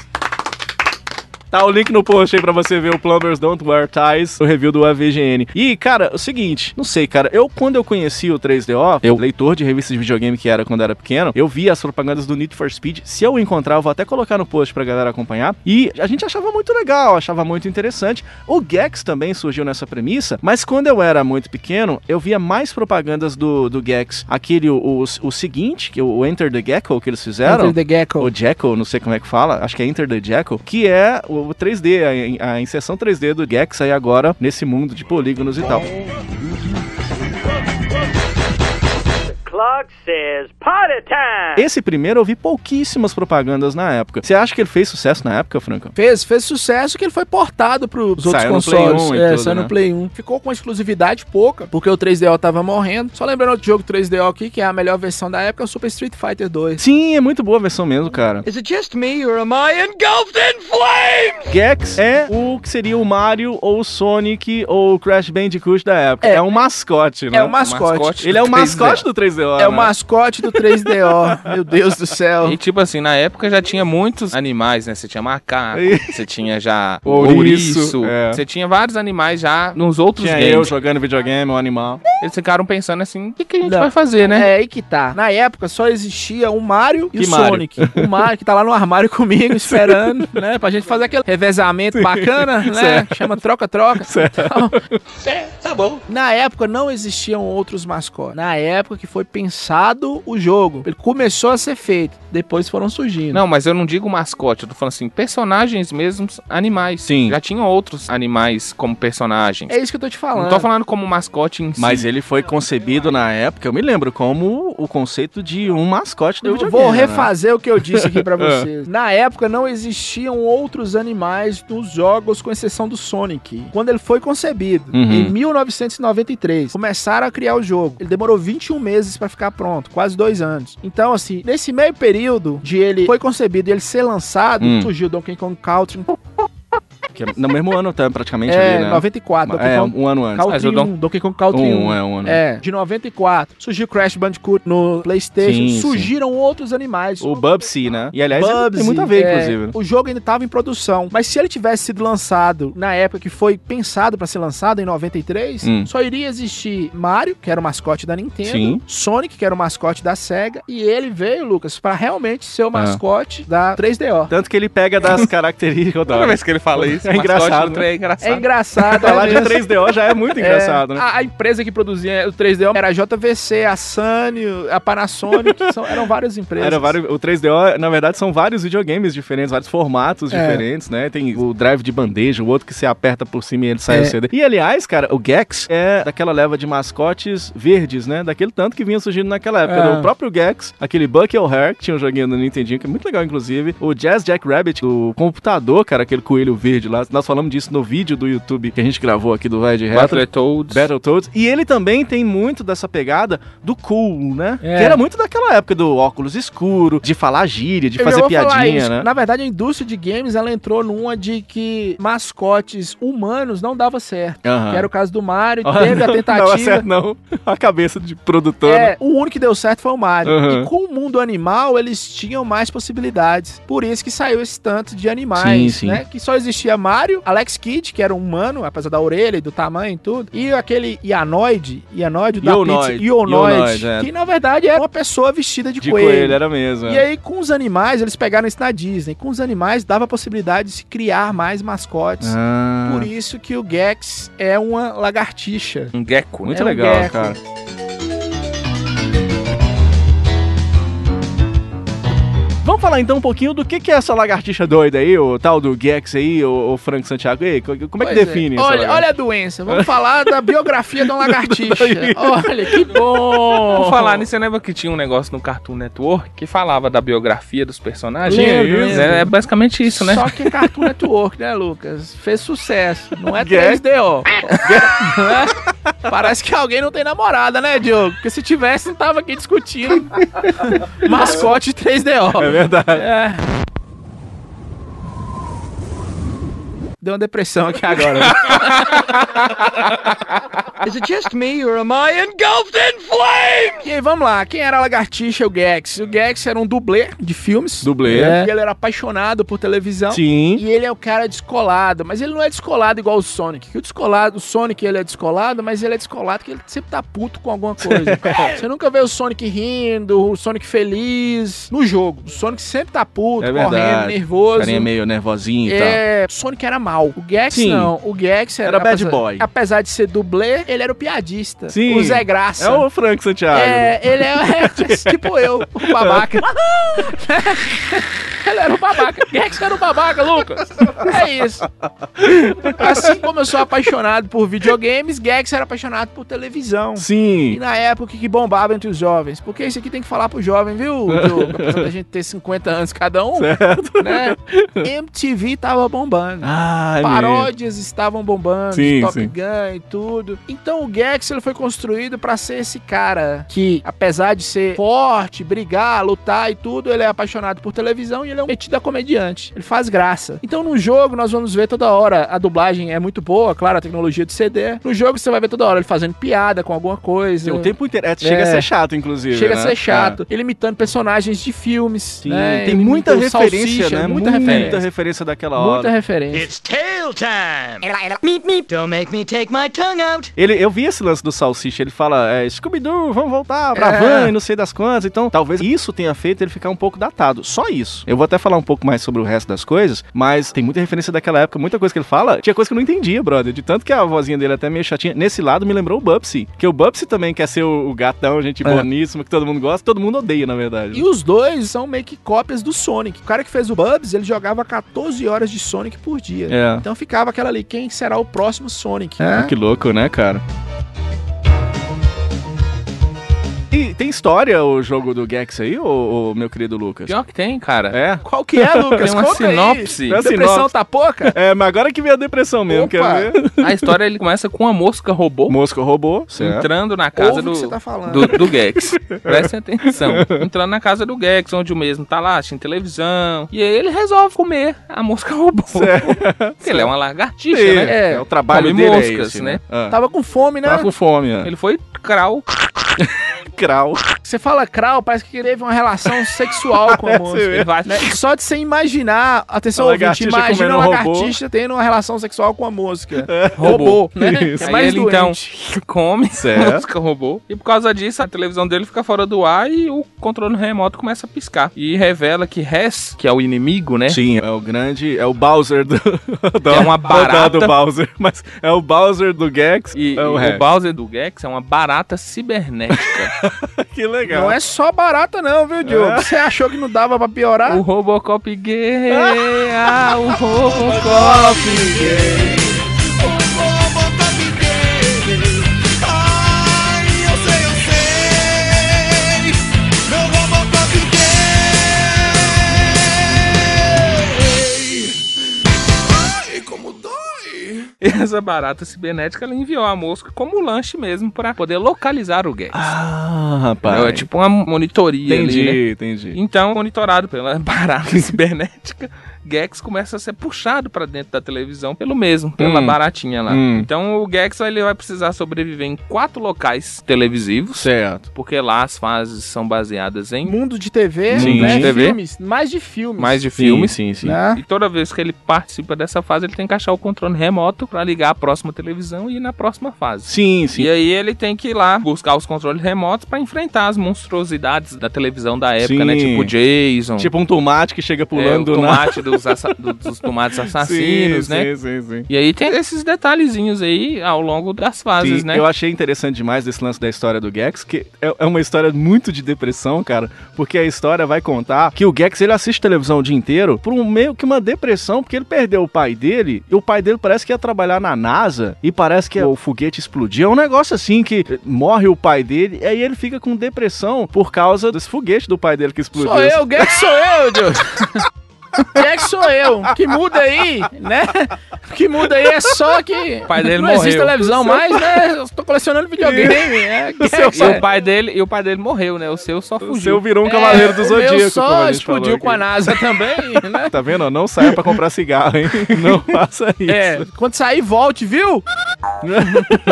Tá o link no post aí pra você ver o Plumbers Don't Wear Ties, o review do AVGN. E, cara, é o seguinte, não sei, cara, eu quando eu conheci o 3DO, eu, leitor de revista de videogame que era quando era pequeno, eu via as propagandas do Need for Speed. Se eu encontrar, eu vou até colocar no post pra galera acompanhar. E a gente achava muito legal, achava muito interessante. O Gex também surgiu nessa premissa, mas quando eu era muito pequeno, eu via mais propagandas do, do Gex. Aquele, o, o, o seguinte, que é o Enter the Gecko que eles fizeram. Enter the Gecko. O Jekyll, não sei como é que fala, acho que é Enter the Jekyll, que é o 3D, a, a inserção 3D do Gex aí agora nesse mundo de polígonos e tal. Clock says party time. Esse primeiro eu vi pouquíssimas propagandas na época. Você acha que ele fez sucesso na época, Franco? Fez, fez sucesso que ele foi portado pros outros Saiu no Play consoles. 1 e é, tudo, saiu né? no Play 1. Ficou com exclusividade pouca, porque o 3DO tava morrendo. Só lembrando outro jogo 3DO aqui, que é a melhor versão da época, é o Super Street Fighter 2. Sim, é muito boa a versão mesmo, cara. Is it just me or am I engulfed in flames? Gex é o que seria o Mario ou o Sonic ou o Crash Bandicoot da época. É, um mascote, né? É o mascote. Ele é o mascote do 3DO. É o né? mascote do 3DO. Meu Deus do céu. E tipo assim, na época já tinha muitos animais, né? Você tinha macaco, você tinha já Ouriço, ouriço, é. você tinha vários animais já nos outros Tinha games. eu jogando videogame, o animal. Eles ficaram pensando assim, o que, que a gente Não. vai fazer, né? É aí que tá. Na época só existia o Mario e Que o Mario? Sonic. O Mario que tá lá no armário comigo esperando, né? Pra gente fazer aquele revezamento bacana, né? Certo. É, Chama troca-troca. Então, tá bom. Na época não existiam outros mascotes. Na época que foi pensado o jogo. Ele começou a ser feito. Depois foram surgindo. Não, mas eu não digo mascote, eu tô falando assim, personagens mesmos, animais. Sim. Já tinham outros animais como personagens. É isso que eu tô te falando. Não tô falando como mascote em si. né? Mas é ele foi concebido na época, eu me lembro, como o conceito de um mascote do Eu videogame. vou né? refazer o que eu disse aqui pra É. vocês. Na época não existiam outros animais nos jogos, com exceção do Sonic. Quando ele foi concebido, Uhum. em 1993, começaram a criar o jogo. Ele demorou 21 meses pra ficar pronto, quase dois anos. Então, assim, nesse meio período de ele foi concebido e ele ser lançado, Hum. surgiu Donkey Kong Country. Que é no mesmo ano, tá, praticamente, É, ali, né? 94. Donkey É, Kong um ano antes. Country Mas eu 1, Donkey Kong Country Um, 1. é, um ano. É, de 94. Surgiu Crash Bandicoot no PlayStation. Sim, sim. surgiram outros animais. O Bubsy, né? E, aliás, ele tem Bubsy, muito a ver, é, inclusive. né? O jogo ainda estava em produção, mas se ele tivesse sido lançado na época que foi pensado para ser lançado, em 93, Hum. só iria existir Mario, que era o mascote da Nintendo, Sim. Sonic, que era o mascote da SEGA, e ele veio, Lucas, Ah. para realmente ser o mascote da 3DO. Tanto que ele pega das características... Toda vez que ele fala isso, Esse É mascote engraçado, do né? trem é engraçado. É engraçado. Falar Tá de mesmo. 3DO já é muito engraçado, né? A, a empresa que produzia o 3DO era a JVC, a Sanyo, a Panasonic, são- eram várias empresas. Era vários, o 3DO, na verdade, são vários videogames diferentes, vários formatos É. diferentes, né? Tem o drive de bandeja, o outro que você aperta por cima e ele sai É. o CD. E, aliás, cara, o Gex é daquela leva de mascotes verdes, né? Daquele tanto que vinha surgindo naquela época. É. né? O próprio Gex, aquele Bucky O'Hare, que tinha um joguinho no Nintendinho, que é muito legal, inclusive. O Jazz Jack Rabbit, o computador, cara, aquele coelho verde lá. Nós falamos disso no vídeo do YouTube que a gente gravou aqui do Vai de Retro. Battletoads. Battletoads. E ele também tem muito dessa pegada do cool, né? É. Que era muito daquela época do óculos escuro, de falar gíria, de Eu já fazer vou falar piadinha, isso. né? Na verdade, a indústria de games ela entrou numa de que mascotes humanos não dava certo. Aham. Que era o caso do Mario, Ah, teve a não tentativa. dava certo, não. A cabeça de produtor. né? É, o único que deu certo foi o Mario. Uhum. E com o mundo animal, eles tinham mais possibilidades. Por isso que saiu esse tanto de Sim, animais, sim. né? Que só existia Mario, Alex Kidd, que era um humano, apesar da orelha e do tamanho e tudo. E aquele Ianoid, Ianoid da Ionoid. pizza, Ionoid, Ionoid, é. que na verdade era uma pessoa vestida de, De coelho, era mesmo. E é. aí, com os animais, eles pegaram isso na Disney. Com os animais, dava a possibilidade de se criar mais mascotes. Ah. Por isso que o Gex é uma lagartixa. Um gecko. Muito É um legal, gecko. cara. Vamos falar então um pouquinho do que, que é essa lagartixa doida aí, o tal do Gex aí, o, o Frank Santiago. E aí, co- como é que Pois é. define essa Olha, lagartixa? olha a doença. Vamos falar da biografia de uma lagartixa. Olha, que bom. Por falar nisso, você lembra que tinha um negócio no Cartoon Network que falava da biografia dos personagens? Lembro, É, lembro. É, basicamente isso, né? Só que é Cartoon Network, né, Lucas? Fez sucesso. Não é Gag. 3DO. Né? Parece que alguém não tem namorada, né, Diogo? Porque se tivesse, não tava aqui discutindo. Mascote 3DO. É verdade. É. Deu uma depressão aqui agora. né? Is it just me or am I engulfed in flame? E aí, vamos lá. Quem era a lagartixa? O Gex. O Gex era um dublê de filmes. Dublê. É. E ele era apaixonado por televisão. Sim. E ele é o cara descolado. Mas ele não é descolado igual o Sonic. Que o descolado, o Sonic, ele é descolado, mas ele é descolado que ele sempre tá puto com alguma coisa. Você nunca vê o Sonic rindo, o Sonic feliz. No jogo, o Sonic sempre tá puto, É correndo, verdade. nervoso. Carinha meio nervosinho e tal. É, o Sonic era mal. O Gex Sim. não. O Gex era, Era bad apesar- boy. Apesar de ser dublê, ele era o piadista. Sim. O Zé Graça. É o Frank Santiago. É, ele é, é tipo eu, o babaca. ele era o babaca. Gex era o babaca, Lucas. É isso. Assim como eu sou apaixonado por videogames, Gex era apaixonado por televisão. Sim. E na época o que que bombava entre os jovens. Porque isso aqui tem que falar pro jovem, viu, Diogo? Apesar da gente ter 50 anos cada um, Certo. né? MTV tava bombando. Ah, é mesmo. Paródias estavam bombando, Sim, Top sim. Gun e tudo. Então o Gex ele foi construído pra ser esse cara que, apesar de ser forte, brigar, lutar e tudo, ele é apaixonado por televisão e ele é um metido a comediante. Ele faz graça. Então no jogo nós vamos ver toda hora a dublagem é muito boa, claro, a tecnologia de CD. No jogo você vai ver toda hora ele fazendo piada com alguma coisa. O tempo inteiro. é, chega a É. ser chato, inclusive. Chega a né? É. ser chato. Ele imitando personagens de filmes. Sim, né? tem Ele muita imitou o referência, Salsicha, né? Muita, referência. referência daquela hora. Muita referência. It's tail time. Meep meep. Don't make me take my tongue out. Ele, eu vi esse lance do Salsicha, ele fala, é, Scooby-Doo, vamos voltar pra É. van e não sei das quantas. Então, talvez isso tenha feito ele ficar um pouco datado. Só isso. Eu vou até falar um pouco mais sobre o resto das coisas, mas tem muita referência daquela época, muita coisa que ele fala. Tinha coisa que eu não entendia, brother. De tanto que a vozinha dele é até meio chatinha. Nesse lado me lembrou o Bubsy, que o Bubsy também quer ser o, o gatão, gente É. boníssima, que todo mundo gosta, todo mundo odeia, na verdade. E os dois são meio que cópias do Sonic. O cara que fez o Bubs, ele jogava 14 horas de Sonic por dia. É. Então ficava aquela ali, quem será o próximo Sonic? É. Ah, Que louco, né, cara? E tem história o jogo do Gex aí, ô, ô, meu querido Lucas? Pior que tem, cara. É? Qual que é, Lucas? Tem uma Conta aí. sinopse. Tem uma Depressão sinopse. tá pouca? É, mas agora que vem a depressão mesmo, quer ver? A história ele começa com uma mosca robô. Mosca robô, certo. entrando na casa É. Ouve o do, que você tá falando. do, do Gex. Prestem atenção. Entrando na casa do Gex, onde o mesmo tá lá, assistindo televisão. E aí ele resolve comer a mosca robô. Porque ele é uma lagartixa, Sim, né? é, o trabalho Come dele é moscas, esse, né? né? Ah. Tava com fome, né? Tava com fome, é. Ele foi crau. Crau. Você fala Krau, parece que teve uma relação sexual com a Sim, música. mesmo. né? Só de você imaginar, atenção A ouvinte, lagartixa imagina comendo uma um robô. lagartixa tendo uma relação sexual com a música. Robô. né? É Aí mais ele doente. então come Certo. a música robô. E por causa disso, a televisão dele fica fora do ar e o controle remoto começa a piscar. E revela que Hess, que é o inimigo, né? Sim, é o grande. É o Bowser do. do é uma barata. Do Bowser, mas é o Bowser do Gex. E, é e Hess. o Bowser do Gex é uma barata cibernética. que legal. Não é só barata, não, viu, É. Diogo? Você achou que não dava pra Ah. piorar? O Robocop gay, ah, o Robocop gay. Essa barata cibernética ela enviou a mosca como lanche mesmo pra poder localizar o Gex. Ah, rapaz. Não, é tipo uma monitoria. Entendi, ali, né? entendi. Então, monitorado pela barata cibernética, Gex começa a ser puxado pra dentro da televisão pelo mesmo, pela Hum. baratinha lá. Hum. Então, o Gex ele vai precisar sobreviver em quatro locais televisivos. Certo. Porque lá as fases são baseadas em Mundo de TV, Sim. né? Mundo de TV. Filmes, mais de filmes. mais de filmes. sim, sim. Né? E toda vez que ele participa dessa fase, ele tem que achar o controle remoto pra ligar a próxima televisão e ir na próxima fase. Sim, sim. E é aí ele tem que ir lá buscar os controles remotos pra enfrentar as monstruosidades da televisão da época, Sim. né? Tipo Jason. Tipo um tomate que chega pulando é, o na- tomate dos, assa- do- dos tomates assassinos, Sim, Sim, né? sim, sim. E aí tem esses detalhezinhos aí ao longo das fases, Sim, né? Eu achei interessante demais desse lance da história do Gex, que é é uma história muito de depressão, cara, porque a história vai contar que o Gex ele assiste televisão o dia inteiro por um meio que uma depressão, porque ele perdeu o pai dele, e o pai dele parece que ia trabalhar na NASA, e parece que o foguete explodia. É um negócio assim que eh, morre o pai dele, e aí ele fica com depressão por causa desse foguete do pai dele que explodiu. Sou eu, Gex sou eu, Deus. Gex sou eu. O que muda aí, né? O que muda aí é só que pai dele não morreu. existe televisão O seu mais, pai- né? Eu tô colecionando videogame. É, O Gex, seu, e, é. o pai dele, e o pai dele morreu, né? O seu só fugiu. seu virou um cavaleiro do o É, Zodíaco, meu só como a gente explodiu falou aqui. com a NASA também, né? Tá vendo? Não saia pra comprar cigarro, hein? Não faça isso. É, quando sair, volte, viu?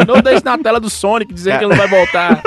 não deixe na tela do Sonic dizer que ele não vai voltar.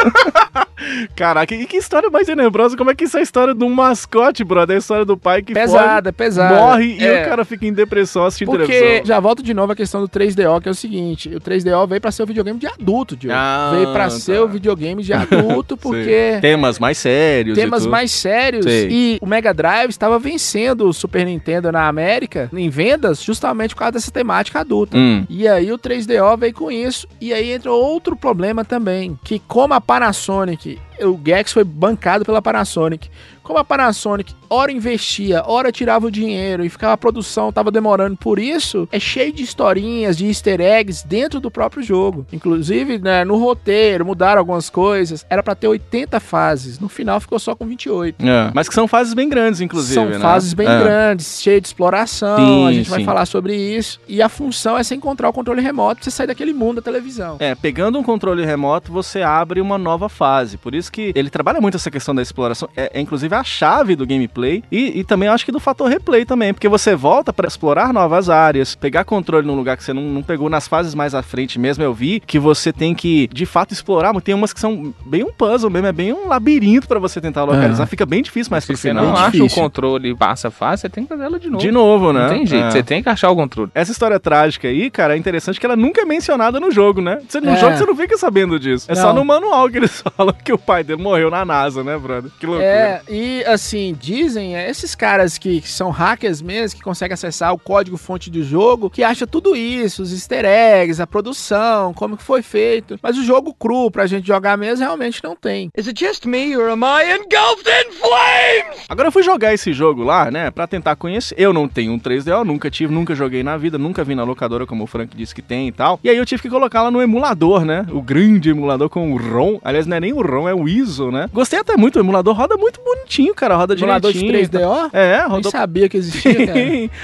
Caraca, e que história mais tenebrosa. Como é que isso é a história de um mascote, brother? É a história do pai que Pesada, foge, pesada. morre e É. o cara fica em depressão assistindo Porque televisão. já volto de novo à questão do 3DO, que é o seguinte: o 3DO veio pra ser o videogame de adulto, Diogo. veio pra tá. ser o videogame de adulto, porque. Temas mais sérios. e Temas tudo. mais sérios. Sei. E o Mega Drive estava vencendo o Super Nintendo na América em vendas justamente por causa dessa temática adulta. Hum. E aí o 3DO veio com isso. E aí entra outro problema também. Que como a Panasonic, o Gex foi bancado pela Panasonic. Como a Panasonic ora investia, ora tirava o dinheiro e ficava a produção, tava demorando por isso, é cheio de historinhas, de easter eggs dentro do próprio jogo. Inclusive, né, no roteiro, mudaram algumas coisas. Era pra ter 80 fases, no final ficou só com 28. É, Mas que são fases bem grandes, inclusive. São né? fases bem É. grandes, cheio de exploração, Sim, a gente vai sim. falar sobre isso. E a função é você encontrar o controle remoto pra você sair daquele mundo da televisão. É, pegando um controle remoto, você abre uma nova fase. Por isso que ele trabalha muito essa questão da exploração. É, é, inclusive a chave do gameplay. E, e também acho que do fator replay também. Porque você volta pra explorar novas áreas, pegar controle num lugar que você não, não pegou nas fases mais à frente mesmo. Eu vi que você tem que, de fato, explorar. Mas tem umas que são bem um puzzle mesmo. É bem um labirinto pra você tentar localizar. Ah. Fica bem difícil mais pro Você final. não acha o controle e passa a fase, você tem que fazer ela de novo. é De novo, né? Não tem jeito, É. você tem que achar o controle. Essa história trágica aí, cara, é interessante que ela nunca é mencionada no jogo, né? Você- No É. jogo você não fica sabendo disso. É Não. só no manual que eles falam que o pai dele morreu na NASA, né, brother? Que loucura. É, e assim, dizem, é, esses caras que, que são hackers mesmo, que conseguem acessar o código-fonte do jogo, que acha tudo isso, os easter eggs, a produção, como que foi feito. Mas o jogo cru pra gente jogar mesmo realmente não tem. Is it just me or am I engulfed in flames? Agora eu fui jogar esse jogo lá, né, pra tentar conhecer. Eu não tenho um 3DO, nunca tive, nunca joguei na vida, nunca vi na locadora como o Frank disse que tem e tal. E aí eu tive que colocá-la no emulador, né? O grande emulador com o ROM. Aliás, não é nem o ROM, é o ISO, né? Gostei até muito, o emulador roda muito direitinho, cara, roda Emulador de direitinho. 3DO? É, rodou. Nem sabia que existia, cara.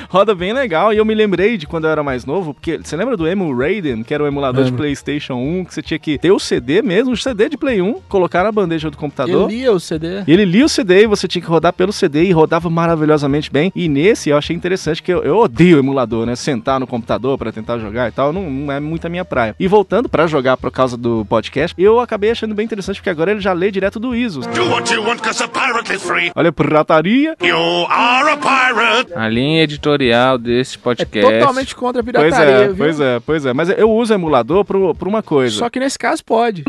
roda bem legal. E eu me lembrei de quando eu era mais novo, porque você lembra do Emu Raiden, que era o emulador de Lembro. PlayStation 1, que você tinha que ter o CD mesmo, o CD de Play 1, colocar na bandeja do Eu computador. lia o É CD. E ele lia o CD e você tinha que rodar pelo CD e rodava maravilhosamente bem. E nesse eu achei interessante que eu, eu odeio emulador, né? Sentar no computador pra tentar jogar e tal, não, não é muito a minha praia. E voltando pra jogar por causa do podcast, eu acabei achando bem interessante porque agora ele já lê direto do ISO. Do what you want, cause a pirate is free. Olha, pirataria. You are a pirate. A linha editorial deste podcast. Totalmente contra a pirataria, pois é, viu? pois é, pois é. Mas eu uso emulador pro, por uma coisa. Só que nesse caso pode.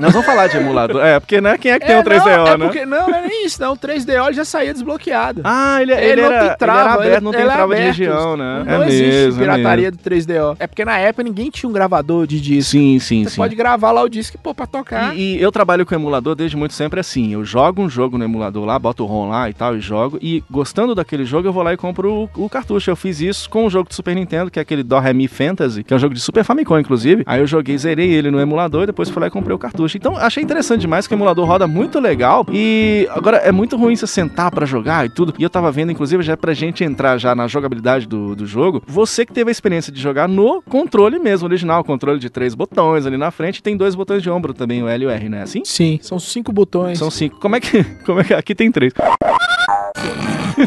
Nós vamos falar de emulador. É, porque né, quem é que tem o 3DO, não, é né? porque- não, não é nem isso, não. O 3DO ele já saía desbloqueado. Ah, ele, ele não era- tem trava, ele era aberto, não tem ele é trava de aberto. região, né? Não É existe mesmo, é pirataria mesmo. do 3DO. É porque na época ninguém tinha um gravador de disco. Sim, sim, Você sim. pode gravar lá o disco, pô, pra tocar. E, e eu trabalho com emulador desde muito sempre assim. Eu jogo um jogo no emulador lá, boto o ROM lá e tal, e jogo. E gostando daquele jogo, eu vou lá e compro o, o cartucho. Eu fiz isso com um jogo de Super Nintendo, que é aquele Do Re Mi Fantasy, que é um jogo de Super Famicom, inclusive. Aí eu joguei, zerei ele no emulador e depois fui lá e comprei o cartucho. Então achei interessante demais que o emulador roda muito legal. E agora é muito ruim você sentar pra jogar e tudo. E eu tava vendo, inclusive, já é pra gente entrar já na jogabilidade do, do jogo, você que teve a experiência de jogar no controle mesmo, original, controle de três botões ali na frente, tem dois botões de ombro também, o L e o R, né? Assim? Sim, são cinco botões. São cinco. Como é que. Como é que. Aqui tem três.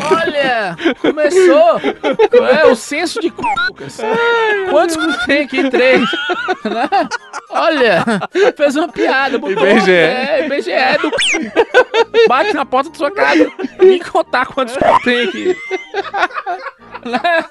Olha, começou. É o senso de cucas. Quantos cu tem aqui? Três. Né? Olha, fez uma piada. Botou, IBGE. É, IBGE é do cu. Bate na porta da sua casa. Vem contar quantos cu tem aqui. Né?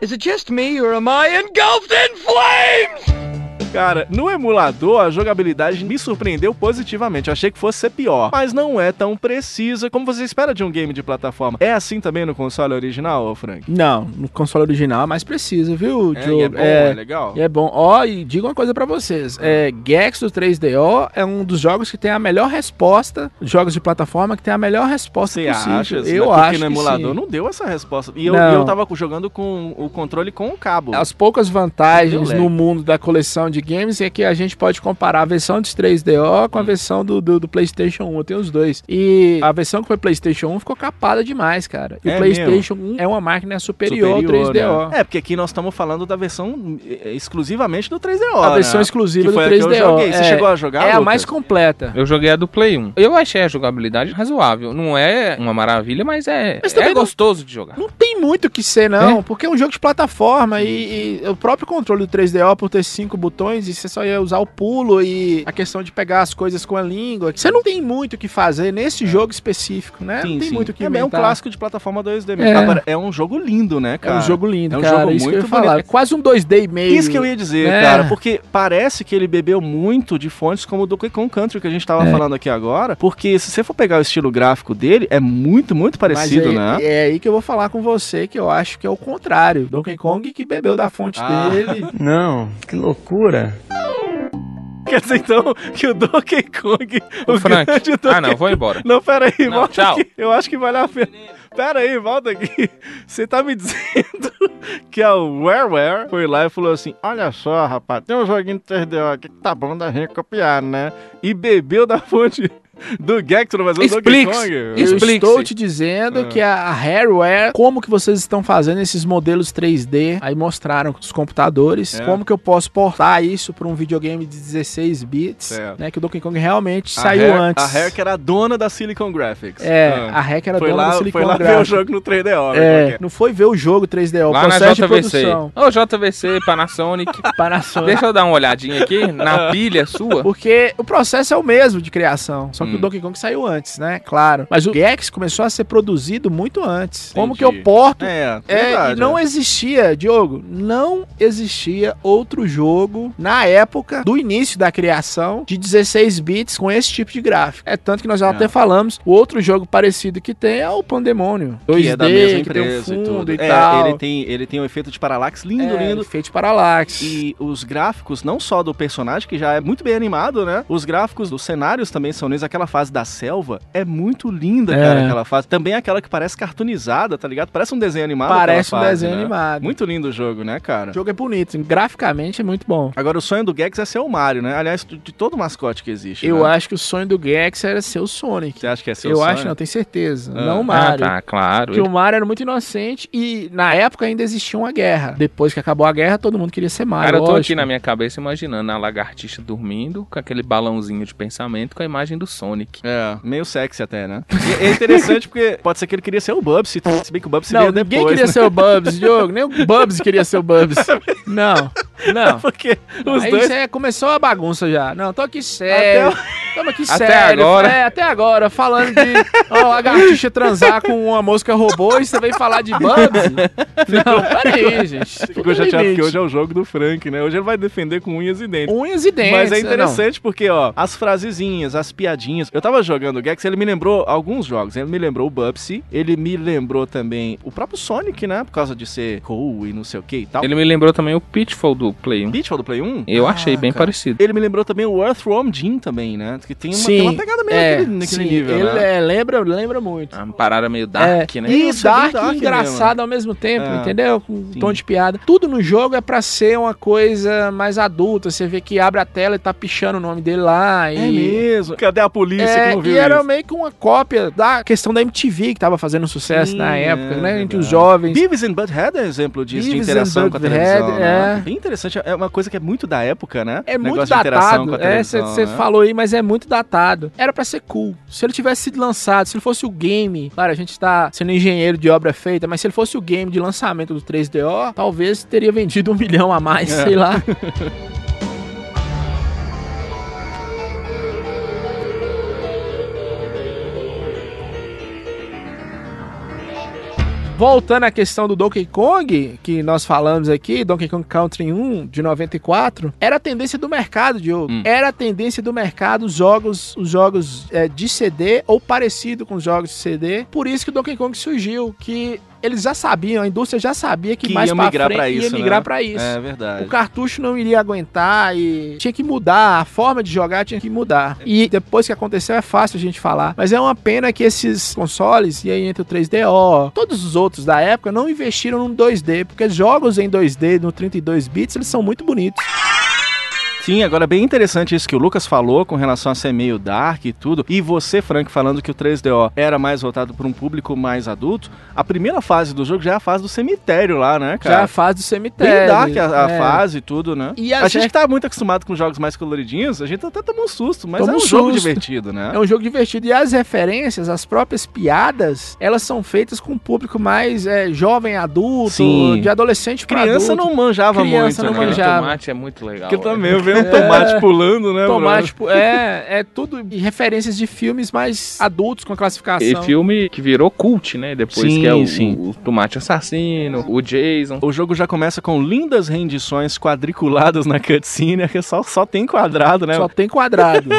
Is it just me or am I engulfed in flames? Cara, no emulador a jogabilidade me surpreendeu positivamente. Eu achei que fosse ser pior, mas não é tão precisa como você espera de um game de plataforma. É assim também no console original, ô Frank? Não, no console original é mais preciso, viu, É, e Diogo? é bom, é legal? e é bom. Ó, e digo uma coisa pra vocês. É, Gex do 3DO é um dos jogos que tem a melhor resposta, jogos de plataforma que tem a melhor resposta Você É possível. acha? né? Eu Porque acho no que emulador sim. não deu essa resposta. E eu, Não. É e eu tava jogando com o controle com o cabo. As poucas Deu vantagens lag. no mundo da coleção de games é que a gente pode comparar a versão de 3DO Hum. com a versão do, do, do PlayStation 1. Eu tenho os dois. E a versão que foi PlayStation 1 ficou capada demais, cara. E É o PlayStation 1 é uma máquina superior, ao 3DO. né? É, porque aqui nós estamos falando da versão eh, exclusivamente do 3DO. A né? versão exclusiva Que do foi a Que 3DO, eu joguei. Você é. chegou a jogar? É a Lucas? mais completa. Eu joguei a do Play 1. Eu achei a jogabilidade razoável. Não é uma maravilha, mas é, Mas também é não- gostoso de jogar. Não tem muito o que ser, não, porque é um jogo de plataforma e, e o próprio controle do 3DO por ter cinco botões e você só ia usar o pulo e a questão de pegar as coisas com a língua. Você não tem muito o que fazer nesse jogo específico, né? É. Sim, não tem sim. muito o que É, mas é inventar. um clássico de plataforma 2D mesmo. É. Agora, é um jogo lindo, né, cara? É um jogo lindo, É um cara. jogo isso que eu muito ia falar. bonito. É Quase um 2D e meio. Isso que eu ia dizer, né? cara, porque parece que ele bebeu muito de fontes como o Donkey Kong Country que a gente tava É. falando aqui agora, porque se você for pegar o estilo gráfico dele, é muito, muito parecido, Mas né? é, É aí que eu vou falar com você que eu acho que é o contrário. Donkey Kong que bebeu da fonte Ah. dele. Não, que loucura. Quer dizer, então, que o Donkey Kong... Ô, Frank. grande Ah, Donkey não, vou Kong- embora. Não, peraí, Não, volta tchau. aqui. Eu acho que vale a pena. Pera aí, volta aqui. Você tá me dizendo que a WarWare foi lá e falou assim, olha só, rapaz, tem um joguinho de 3DO aqui que tá bom da gente copiar, né? E bebeu da fonte... Do Gector, mas o Donkey Explique-se. Kong. Eu estou te dizendo Ah. que a a Hareware, como que vocês estão fazendo esses modelos 3D, aí mostraram os computadores, É. como que eu posso portar isso para um videogame de 16 bits, Certo. né, que o Donkey Kong realmente A saiu Rare- antes. A Rare que era a dona da Silicon Graphics. É, Ah. a Rare que era foi dona lá, da Silicon Foi lá ver o Graphics. jogo no 3DO. né, é, qualquer. não foi ver o jogo 3D, o Lá na processo de JVC. produção. Ô, JVC, Panasonic. Panasonic. Deixa eu dar uma olhadinha aqui na pilha sua. Porque o processo é o mesmo de criação, só que Hum. o Donkey Kong saiu antes, né? Claro. Mas o Gex começou a ser produzido muito antes. Como que Entendi. eu porto É, É, verdade, e não é. existia, Diogo, não existia outro jogo na época do início da criação de 16 bits com esse tipo de gráfico. É tanto que nós já até falamos, o outro jogo parecido que tem é o Pandemônio. 2D, que é da mesma que tem um empresa e fundo tudo. e é, tal. Ele tem, ele tem um efeito de paralaxe lindo, É, lindo. Efeito de paralaxe. E os gráficos, não só do personagem, que já é muito bem animado, né? Os gráficos dos cenários também são lindos. A aquela fase da selva é muito linda, É. cara, aquela fase. Também é aquela que parece cartunizada, tá ligado? Parece um desenho animado. aquela Parece um fase, desenho né? animado. Muito lindo o jogo, né, cara? O jogo é bonito, graficamente é muito bom. Agora, o sonho do Gex é ser o Mario, né? Aliás, de de todo mascote que existe. Eu né? acho que o sonho do Gex era ser o Sonic. Você acha que é seu eu sonho? acho, não, tenho certeza. Ah. Não o Mario. Ah, tá, claro. Porque o Mario era muito inocente e na época ainda existia uma guerra. Depois que acabou a guerra, todo mundo queria ser Mario. Cara, eu tô lógico. aqui na minha cabeça imaginando a lagartixa dormindo com aquele balãozinho de pensamento com a imagem do Sonic. É, meio sexy até, né? E é interessante porque pode ser que ele queria ser o Bubsy, se bem que o Bubsy Não, veio ninguém depois. queria né? ser o Bubs, Diogo. Nem o Bubs queria ser o Bubs. Não, não. Porque os Aí dois- cê começou a bagunça já. Não, tô aqui sério. Até Tamo aqui Até sério. agora. É, até agora. Falando de ó, lagartixa transar com uma mosca robô e você vem falar de Bubs? Não, peraí, gente. Ficou chateado porque hoje é o jogo do Frank, né? Hoje ele vai defender com unhas e dentes. Unhas e dentes, Mas é é, interessante porque, ó, as frasezinhas, as piadinhas. Eu tava jogando o Gex, ele me lembrou alguns jogos. Ele me lembrou o Bubsy, ele me lembrou também o próprio Sonic, né? Por causa de ser cool e não sei o que e tal. Ele me lembrou também o Pitfall do Play 1. Pitfall do Play 1? Ah. Eu achei bem parecido. Ele me lembrou também o Earthworm Jim também, né? Que tem uma, tem uma pegada meio é, naquele, naquele sim, nível, ele né? é, lembra, lembra muito. Uma parada meio dark, é, né? E Isso, é bem dark, dark e engraçado mesmo. ao mesmo tempo, É, entendeu? Com um tom de piada. Tudo no jogo é pra ser uma coisa mais adulta. Você vê que abre a tela e tá pichando o nome dele lá. E... É mesmo. Cadê a polícia É, que não viu e era isso? meio que uma cópia da questão da MTV que tava fazendo sucesso Sim, na época, é né? Entre os verdade. jovens. Beavis and Butthead é um exemplo disso, de Beavis and interação com a Butthead, televisão. né? é. Bem interessante, é uma coisa que é muito da época, né? É muito Negócio de interação datado. com a É, você televisão, né? falou aí, mas é muito datado. Era pra ser cool. Se ele tivesse sido lançado, se ele fosse o game, claro, a gente tá sendo engenheiro de obra feita, mas se ele fosse o game de lançamento do 3DO, talvez teria vendido um milhão a mais, É. sei lá. Voltando à questão do Donkey Kong, que nós falamos aqui, Donkey Kong Country 1 de 94, era a tendência do mercado, Hum. Diogo. Era a tendência do mercado os jogos, os jogos é, de CD ou parecido com os jogos de CD. Por isso que o Donkey Kong surgiu, que eles já sabiam, a indústria já sabia que, Que mais ia pra migrar frente pra ia isso, migrar né? pra isso. É verdade. O cartucho não iria aguentar e tinha que mudar, a forma de jogar tinha que mudar. E depois que aconteceu é fácil a gente falar, mas é uma pena que esses consoles, e aí entra o 3DO, todos os outros da época não investiram no 2D, porque jogos em 2D no 32 bits, eles são muito bonitos. Sim, agora é bem interessante isso que o Lucas falou com relação a ser meio dark e tudo. E você, Frank, falando que o 3DO era mais voltado para um público mais adulto. A primeira fase do jogo já é a fase do cemitério lá, né, cara? Já é a fase do cemitério. Bem dark a, a é. fase e tudo, né? E a as gente rec- que tá muito acostumado com jogos mais coloridinhos, a gente até toma um susto, mas Toma é um um jogo susto. divertido, né? É um jogo divertido. E as referências, as próprias piadas, elas são feitas com um público mais é, jovem, adulto, Sim. de adolescente pra Criança adulto. não manjava muito, Criança não né? manjava. É. Tomate é muito legal. Que eu velho. também, eu vendo tomate pulando, né, Tomate, bro? pu- é, é tudo de referências de filmes mais adultos com a classificação. é. E filme que virou cult, né? Depois Sim, que é o, sim. o Tomate Assassino, o Jason. O jogo já começa com lindas rendições quadriculadas na cutscene, que só, só tem quadrado, né? Só tem quadrado.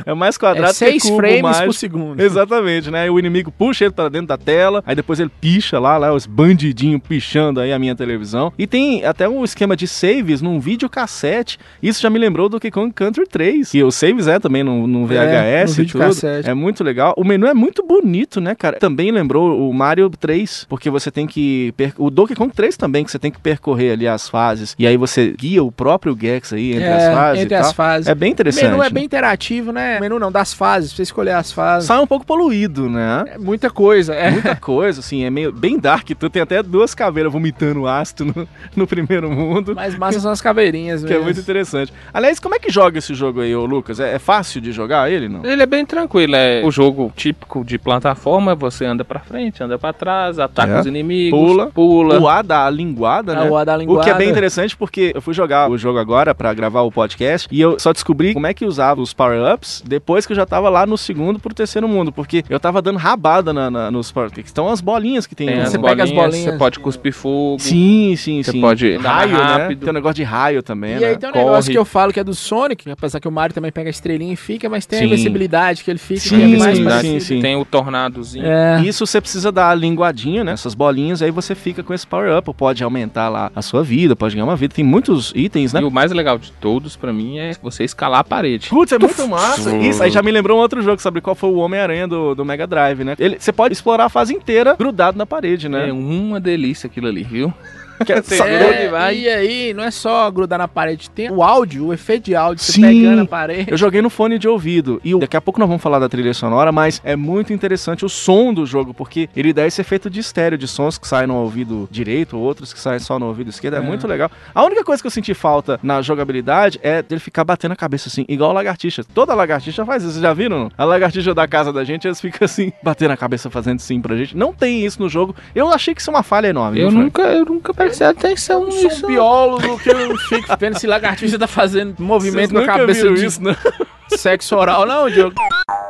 É mais quadrado É seis que cubo frames mais. por segundo. Exatamente, né? E o inimigo puxa ele pra dentro da tela, aí depois ele picha lá, lá os bandidinhos pichando aí a minha televisão. E tem até um esquema de saves num videocassete. Isso já me lembrou do Donkey Kong Country 3. E os saves é também num, num É, no VHS e tudo. videocassete. É muito legal. O menu é muito bonito, né, cara? Também lembrou o Mario 3, porque você tem que... per- O Donkey Kong 3 também, que você tem que percorrer ali as fases. E aí você guia o próprio Gex aí entre É, as fases entre e as tal. fases. É bem interessante. O menu é né? bem interativo, né? O menu não, das fases, pra você escolher as fases. sai um pouco poluído, né? É muita coisa, é. Muita coisa, assim, é meio bem dark. Tu tem até duas caveiras vomitando ácido no, no primeiro mundo. Mas massas são as caveirinhas, Que é muito interessante. Aliás, como é que joga esse jogo aí, ô Lucas? É, é fácil de jogar ele, não? Ele é bem tranquilo, é o jogo típico de plataforma, você anda pra frente, anda pra trás, ataca É. os inimigos, Pula. pula. O A da linguada, É, né? o A da O que é linguada. bem interessante porque eu fui jogar o jogo agora pra gravar o podcast e eu só descobri como é que usava os power-ups depois que eu já tava lá no segundo pro terceiro mundo, porque eu tava dando rabada na, na- nos power-ups. Então as bolinhas que tem, Tem no- as Você pega as bolinhas, bolinhas. Você pode cuspir fogo. Sim, sim, Você sim. pode andar raio, né? rápido. Tem um negócio de raio também, E né? aí tem um negócio que eu falo que é do Sonic, apesar que o Mario também pega a estrelinha e fica, mas tem Sim. a invencibilidade que ele fica. que é Sim, mais sim, parecido. sim. Tem o tornadozinho. É. Isso você precisa dar a linguadinha, né? Essas bolinhas, aí você fica com esse power-up. Pode aumentar lá a sua vida, pode ganhar uma vida. Tem muitos itens, né? E o mais legal de todos, pra mim, é você escalar a parede. Putz, é muito massa. Isso aí já me lembrou um outro jogo, sabe qual foi o Homem-Aranha do, do Mega Drive, né? Ele, você pode explorar a fase inteira grudado na parede, né? É uma delícia aquilo ali, viu? Quer É, um e aí, não é só grudar na parede, tem o áudio, o efeito de áudio, você Sim. pegando a parede. Eu joguei no fone de ouvido. E daqui a pouco nós vamos falar da trilha sonora, mas é muito interessante o som do jogo, porque ele dá esse efeito de estéreo, de sons que saem no ouvido direito, outros que saem só no ouvido esquerdo. É, É. muito legal. A única coisa que eu senti falta na jogabilidade é dele ficar batendo a cabeça assim, igual a lagartixa. Toda lagartixa faz isso, vocês já viram? A lagartixa da casa da gente, eles ficam assim, batendo a cabeça, fazendo sim pra gente. Não tem isso no jogo. Eu achei que isso é uma falha enorme. viu, Eu Frank? nunca, eu nunca prestei atenção Eu sou nisso. um biólogo que eu fico vendo se lagartixa tá fazendo movimento Vocês com a nunca cabeça viram de isso, né? não? sexo oral, não, Diogo.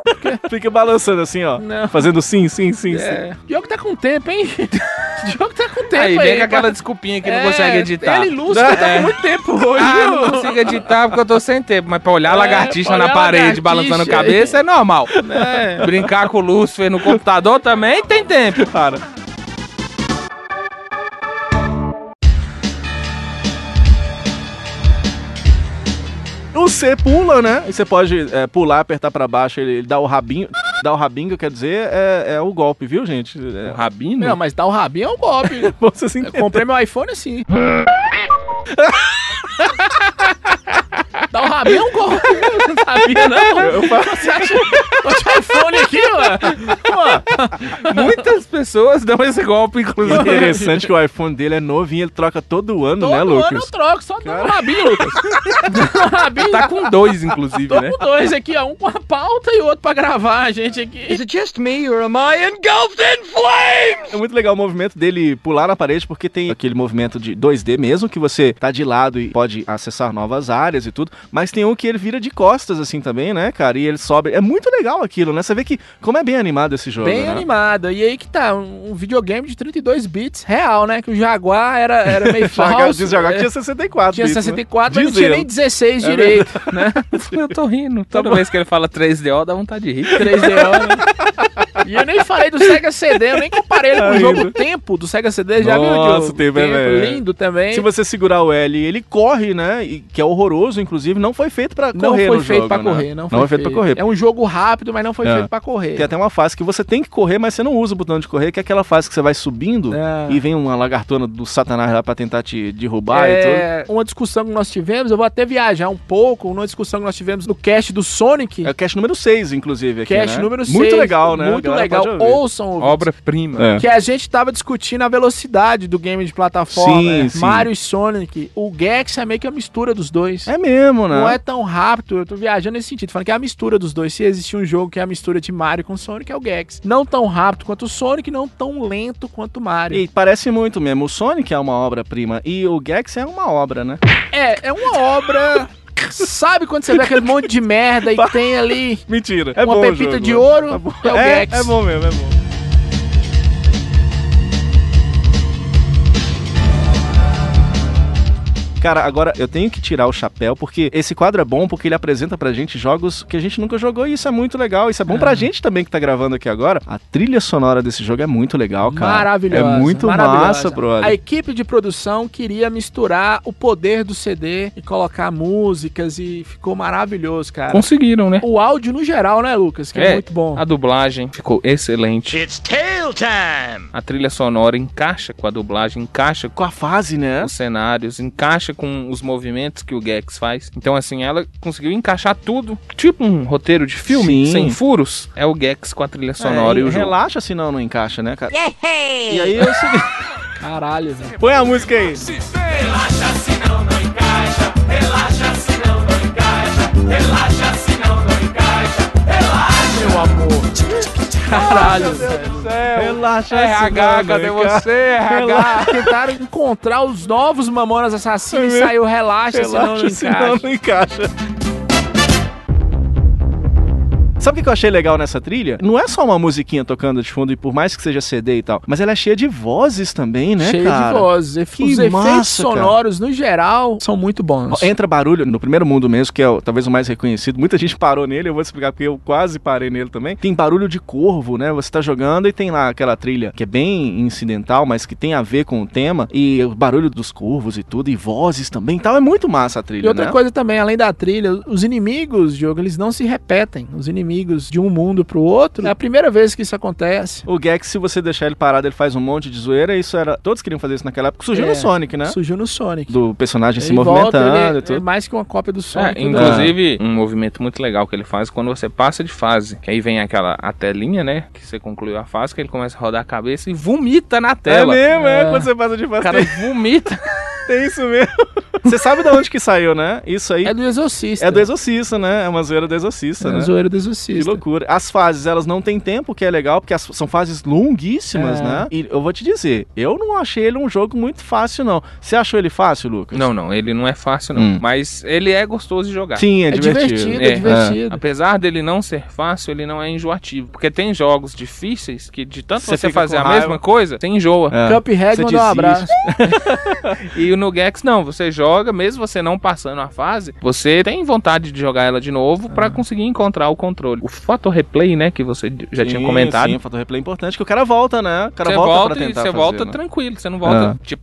Fica balançando assim, ó. Fazendo sim, sim, sim, É. sim. Diogo tá com tempo, hein? Diogo tá com tempo aí. Aí vem com aquela cara. desculpinha que não É, consegue editar. Ele ilustra, tá É. com muito tempo hoje. Ah, não viu? É, consigo editar porque eu tô sem tempo. Mas pra olhar a lagartixa pra olhar na parede lagartixa balançando a aí. cabeça é normal. É. Brincar com o Lúcifer no computador também tem tempo. Para. Você pula, né? E você pode é, pular, apertar pra baixo, ele, ele dá o rabinho. Dá o rabinho, quer dizer, é, é o golpe, viu, gente? É... O É rabinho? Não, mas dar o rabinho é um golpe. Você se eu comprei meu iPhone assim. Dar o rabinho é um golpe. Eu não sabia, não. Eu falo- Você acha... Deixa o iPhone aqui, mano. Muitas pessoas dão esse golpe, inclusive. Interessante que o iPhone dele é novinho, ele troca todo ano, né, Todo ano Lucas? eu troco, só dá um rabinho, Lucas. Dá um rabinho. Tá com dois, inclusive, Tô né? com dois aqui, ó. Um com a pauta e outro pra gravar a gente aqui. Is it just me or am I engulfed in flames? É muito legal o movimento dele pular na parede, porque tem aquele movimento de 2D mesmo, que você tá de lado e pode acessar novas áreas e tudo, mas tem um que ele vira de costas assim também, né, cara? E ele sobe. É muito legal aquilo, né? Você vê que como é bem animado esse jogo. Bem né? animada. E aí que tá, um um videogame de 32 bits real, né? Que o Jaguar era, era meio Jaguar- falso. diz Jaguar que é. tinha 64 Tinha bits, né? 64, mas não Diz tinha ele. nem 16 É direito, né? Eu tô rindo. Toda vez que ele fala 3DO, dá vontade de rir. 3DO, né? E eu nem falei do Sega CD, eu nem comparei ele com o Ainda. jogo Tempo do Sega CD, já viu, Nossa, Diogo? teve, é, velho. lindo também. Se você segurar o L, ele corre, né? E, que é horroroso, inclusive, não foi feito pra Não correr foi no feito jogo, pra né? correr, não foi foi feito pra feito. correr. É um jogo rápido, mas não foi É. feito pra correr. Tem até uma fase que você tem que correr, mas você não usa o botão de correr, que é aquela fase que você vai subindo É. e vem uma lagartona do satanás lá pra tentar te derrubar e tudo. É, uma discussão que nós tivemos, eu vou até viajar um pouco, uma discussão que nós tivemos no cast do Sonic. É o cast número 6, inclusive. Aqui, Cast né? número 6. Muito legal, né? A Muito galera legal. pode ouvir. Ouçam ouvintes. Obra-prima. É. Que a gente tava discutindo a velocidade do game de plataforma. Sim, né? sim. Mario e Sonic. O Gex é meio que a mistura dos dois. É mesmo, né? Não é tão rápido, eu tô viajando nesse sentido, falando que é a mistura dos dois. Se existe um jogo que é a mistura de Mario com Sonic, é o Gex. Não tão rápido quanto o Sonic, não tão lento quanto o Mario. E parece muito mesmo. O Sonic é uma obra-prima e o Gex é uma obra, né? É, é uma obra. Sabe quando você vê aquele monte de merda e tem ali Mentira. É uma bom o pepita jogo, Um de né? ouro? Tá bom. É o é, Gex. é bom mesmo, é bom. Cara, agora eu tenho que tirar o chapéu, porque esse quadro é bom, porque ele apresenta pra gente jogos que a gente nunca jogou, e isso é muito legal. Isso é bom pra gente também que tá gravando aqui agora. A trilha sonora desse jogo é muito legal, cara. Maravilhosa. É muito maravilhosa. massa, brother. A equipe de produção queria misturar o poder do CD e colocar músicas e ficou maravilhoso, É. cara. Conseguiram, né? O áudio no geral, né, Lucas? Que é, muito bom. A dublagem ficou excelente. It's tail time! A trilha sonora encaixa com a dublagem, encaixa com a fase, né? Os cenários, encaixa com os movimentos que o Gex faz. Então, assim, ela conseguiu encaixar tudo. Tipo um roteiro de filme, Sim. sem furos. É o Gex com a trilha sonora É, e o jogo. Relaxa, senão não encaixa, né, cara? E aí eu Caralho, velho. Põe a música aí. Relaxa se não, não encaixa. Relaxa se não, não encaixa. Relaxa se não, não encaixa. Relaxa, meu amor. Caralho, Relaxa, RH, cadê você, RH? tá Tentaram encontrar os novos Mamonas É Assassinos e saiu relaxa, Relaxa, senão não senão encaixa. não encaixa. Sabe o que eu achei legal nessa trilha? Não é só uma musiquinha tocando de fundo, e por mais que seja CD e tal, mas ela é cheia de vozes também, né, Cheio cara? de vozes. Efe- Que Os efeitos massa, cara. sonoros, no geral, são muito bons. Entra barulho no primeiro mundo mesmo, que é o- talvez o mais reconhecido. Muita gente parou nele, eu vou te explicar porque eu quase parei nele também. Tem barulho de corvo, né? Você tá jogando e tem lá aquela trilha que é bem incidental, mas que tem a ver com o tema. E o barulho dos corvos e tudo, e vozes também e tal. É muito massa a trilha, E outra né? coisa também, além da trilha, os inimigos, Diogo, eles não se repetem. Os inimigos de um mundo pro outro. É a primeira vez que isso acontece. O Gex, se você deixar ele parado, ele faz um monte de zoeira. e Isso era. Todos queriam fazer isso naquela época. Surgiu É, no Sonic, né? Surgiu no Sonic. Do personagem se Ele volta, movimentando ele e é tudo. mais que uma cópia do É, Sonic. né? inclusive, um movimento muito legal que ele faz quando você passa de fase. Que aí vem aquela a telinha, né? Que você concluiu a fase, que ele começa a rodar a cabeça e vomita na tela. mesmo, é, quando você passa de fase. cara vomita. Tem isso mesmo. Você sabe de onde que saiu, né? Isso aí. É do Exorcista. É do Exorcista, né? É uma zoeira do Exorcista, É né? uma zoeira do Exorcista. Que loucura. As fases, elas não têm tempo, que é legal, porque as- são fases longuíssimas, É. né? E eu vou te dizer, eu não achei ele um jogo muito fácil, não. Você achou ele fácil, Lucas? Não, não, ele não é fácil, não. Hum. Mas ele é gostoso de jogar. Sim, é É divertido. divertido, é divertido. Apesar dele não ser fácil, ele não é enjoativo. Porque tem jogos difíceis que, de tanto Você você, fica fazer com a raiva. mesma coisa, você enjoa. É. Cuphead Você mandou um desiste. e o Nugex, não, você joga, mesmo você não passando a fase, você tem vontade de jogar ela de novo É. pra conseguir encontrar o controle. O fator replay, né, que você já tinha Sim, comentado. Sim, fator replay é importante, que o cara volta, né? O cara Você volta, volta pra e tentar você fazer, volta né? tranquilo, você não volta Ah. tipo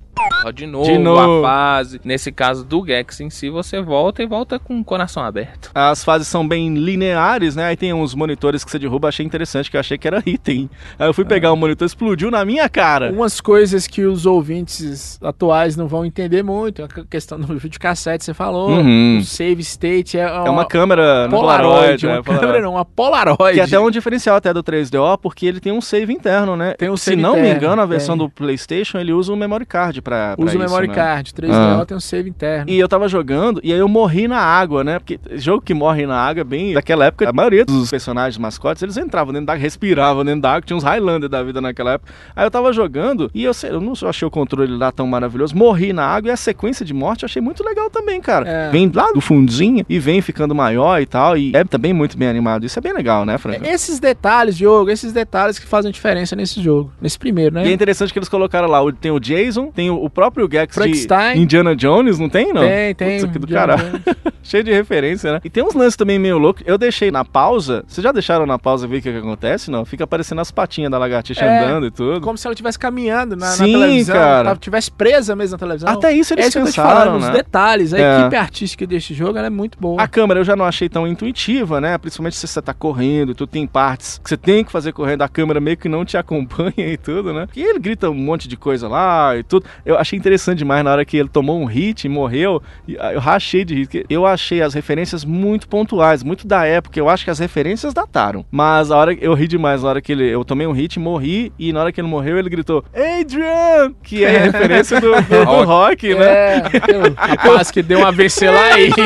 de novo, novo. a fase. Nesse caso do Gex em si, você volta e volta com o coração aberto. As fases são bem lineares, né? Aí tem uns monitores que você derruba, achei interessante, que eu achei que era item. Aí eu fui pegar o monitor, explodiu na minha cara. Umas coisas que os ouvintes atuais não vão entender muito. A questão do videocassete, você falou. Uhum. O save state é, É uma câmera no Polaroid, Polaroid. Uma é, câmera Polaroid. não, uma Polaroid. Que até é um diferencial até do 3DO, porque ele tem um save interno, né? Tem um save Se não me interno, engano, a tem. versão do PlayStation, ele usa o memory card pra, pra Usa o isso, memory né? card. 3DO Ah. tem um save interno. E eu tava jogando, e aí eu morri na água, né? Porque jogo que morre na água, é bem. Naquela época, a maioria dos personagens mascotes, eles entravam dentro da água, respiravam dentro da água, tinha uns Highlander da vida naquela época. Aí eu tava jogando, e eu, sei- eu não achei o controle lá tão maravilhoso, morri na água, e a sequência de morte eu achei muito legal também, cara. É. Vem lá do fundinho e vem ficando maior e tal, e é também muito bem animado. Isso é bem legal, né, Franco? Esses detalhes, Diogo, esses detalhes que fazem diferença nesse jogo. Nesse primeiro, né? E é interessante que eles colocaram lá, o- tem o Jason, tem o o próprio Gex de Frankenstein. Indiana Jones, não tem, não? Tem, tem, Putz, que do Indiana caralho. Cheio de referência, né? E tem uns lances também meio loucos. Eu deixei na pausa. Vocês já deixaram na pausa ver o que, que acontece? Não, fica aparecendo as patinhas da lagartixa É, andando e tudo. Como se ela estivesse caminhando na, na Sim, televisão. cara. Tava, tivesse presa mesmo na televisão. Até isso eles é isso que eu tô te pensaram, falando, né? Os detalhes. A É. equipe artística deste jogo ela é muito boa. A câmera eu já não achei tão intuitiva, né? Principalmente se você tá correndo e tudo, tem partes que você tem que fazer correndo, a câmera meio que não te acompanha e tudo, né? E ele grita um monte de coisa lá e tudo. Eu achei interessante demais na hora que ele tomou um hit e morreu, e, ah, eu rachei de rir. porque Eu achei as referências muito pontuais, muito da época. Eu acho que as referências dataram. Mas a hora eu ri demais na hora que ele. Eu tomei um hit, morri, e na hora que ele morreu, ele gritou: Adrian! Que é a referência do, do- do rock, né? É, aquele rapaz que um deu uma AVC lá e...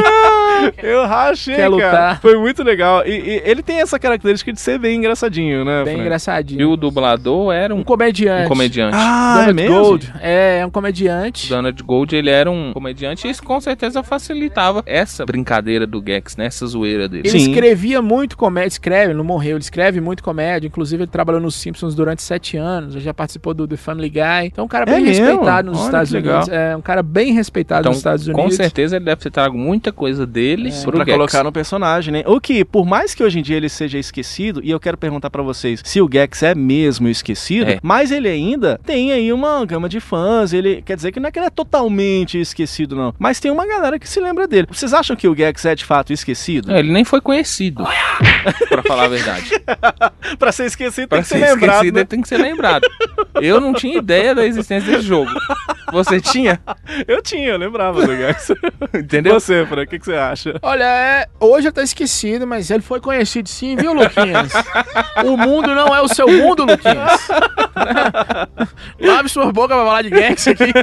Eu rachei, cara. Quer lutar? Foi muito legal. E, e ele tem essa característica de ser bem engraçadinho, né? Bem Fran? engraçadinho. E o dublador era um, Um comediante. um comediante. Ah, é Donald mesmo? Gold. É, é um comediante. Donald Gold, ele era um comediante e isso com certeza facilitava essa brincadeira do Gex, né? Essa zoeira dele. Ele escrevia muito comédia, escreve, não morreu, ele escreve muito comédia. Inclusive, ele trabalhou nos Simpsons durante sete anos, ele já participou do The Family Guy. Então, um cara É bem mesmo? respeitado nos Olha Estados que Unidos. legal. É, um cara bem respeitado Então, nos Estados Unidos. com certeza ele deve ter trago muita coisa dele É, pro pra Gex. colocar no personagem, né? O que, por mais que hoje em dia ele seja esquecido, e eu quero perguntar pra vocês se o Gex é mesmo esquecido, É. mas ele ainda tem aí uma gama de fãs, ele quer dizer que não é que ele é totalmente esquecido, não. Mas tem uma galera que se lembra dele. Vocês acham que o Gex é de fato esquecido? Não, ele nem foi conhecido, pra falar a verdade. pra ser esquecido Pra tem que ser ser lembrado. esquecido, né? ele tem que ser lembrado. Eu não tinha ideia da existência desse jogo. Você tinha? Eu tinha, eu lembrava do Gex. Entendeu? Você, Fran, o que, que você acha? Olha, é, hoje tá esquecido, mas ele foi conhecido sim, viu, Luquinhas? o mundo não é o seu mundo, Luquinhas. Lave sua boca pra falar de Gex aqui.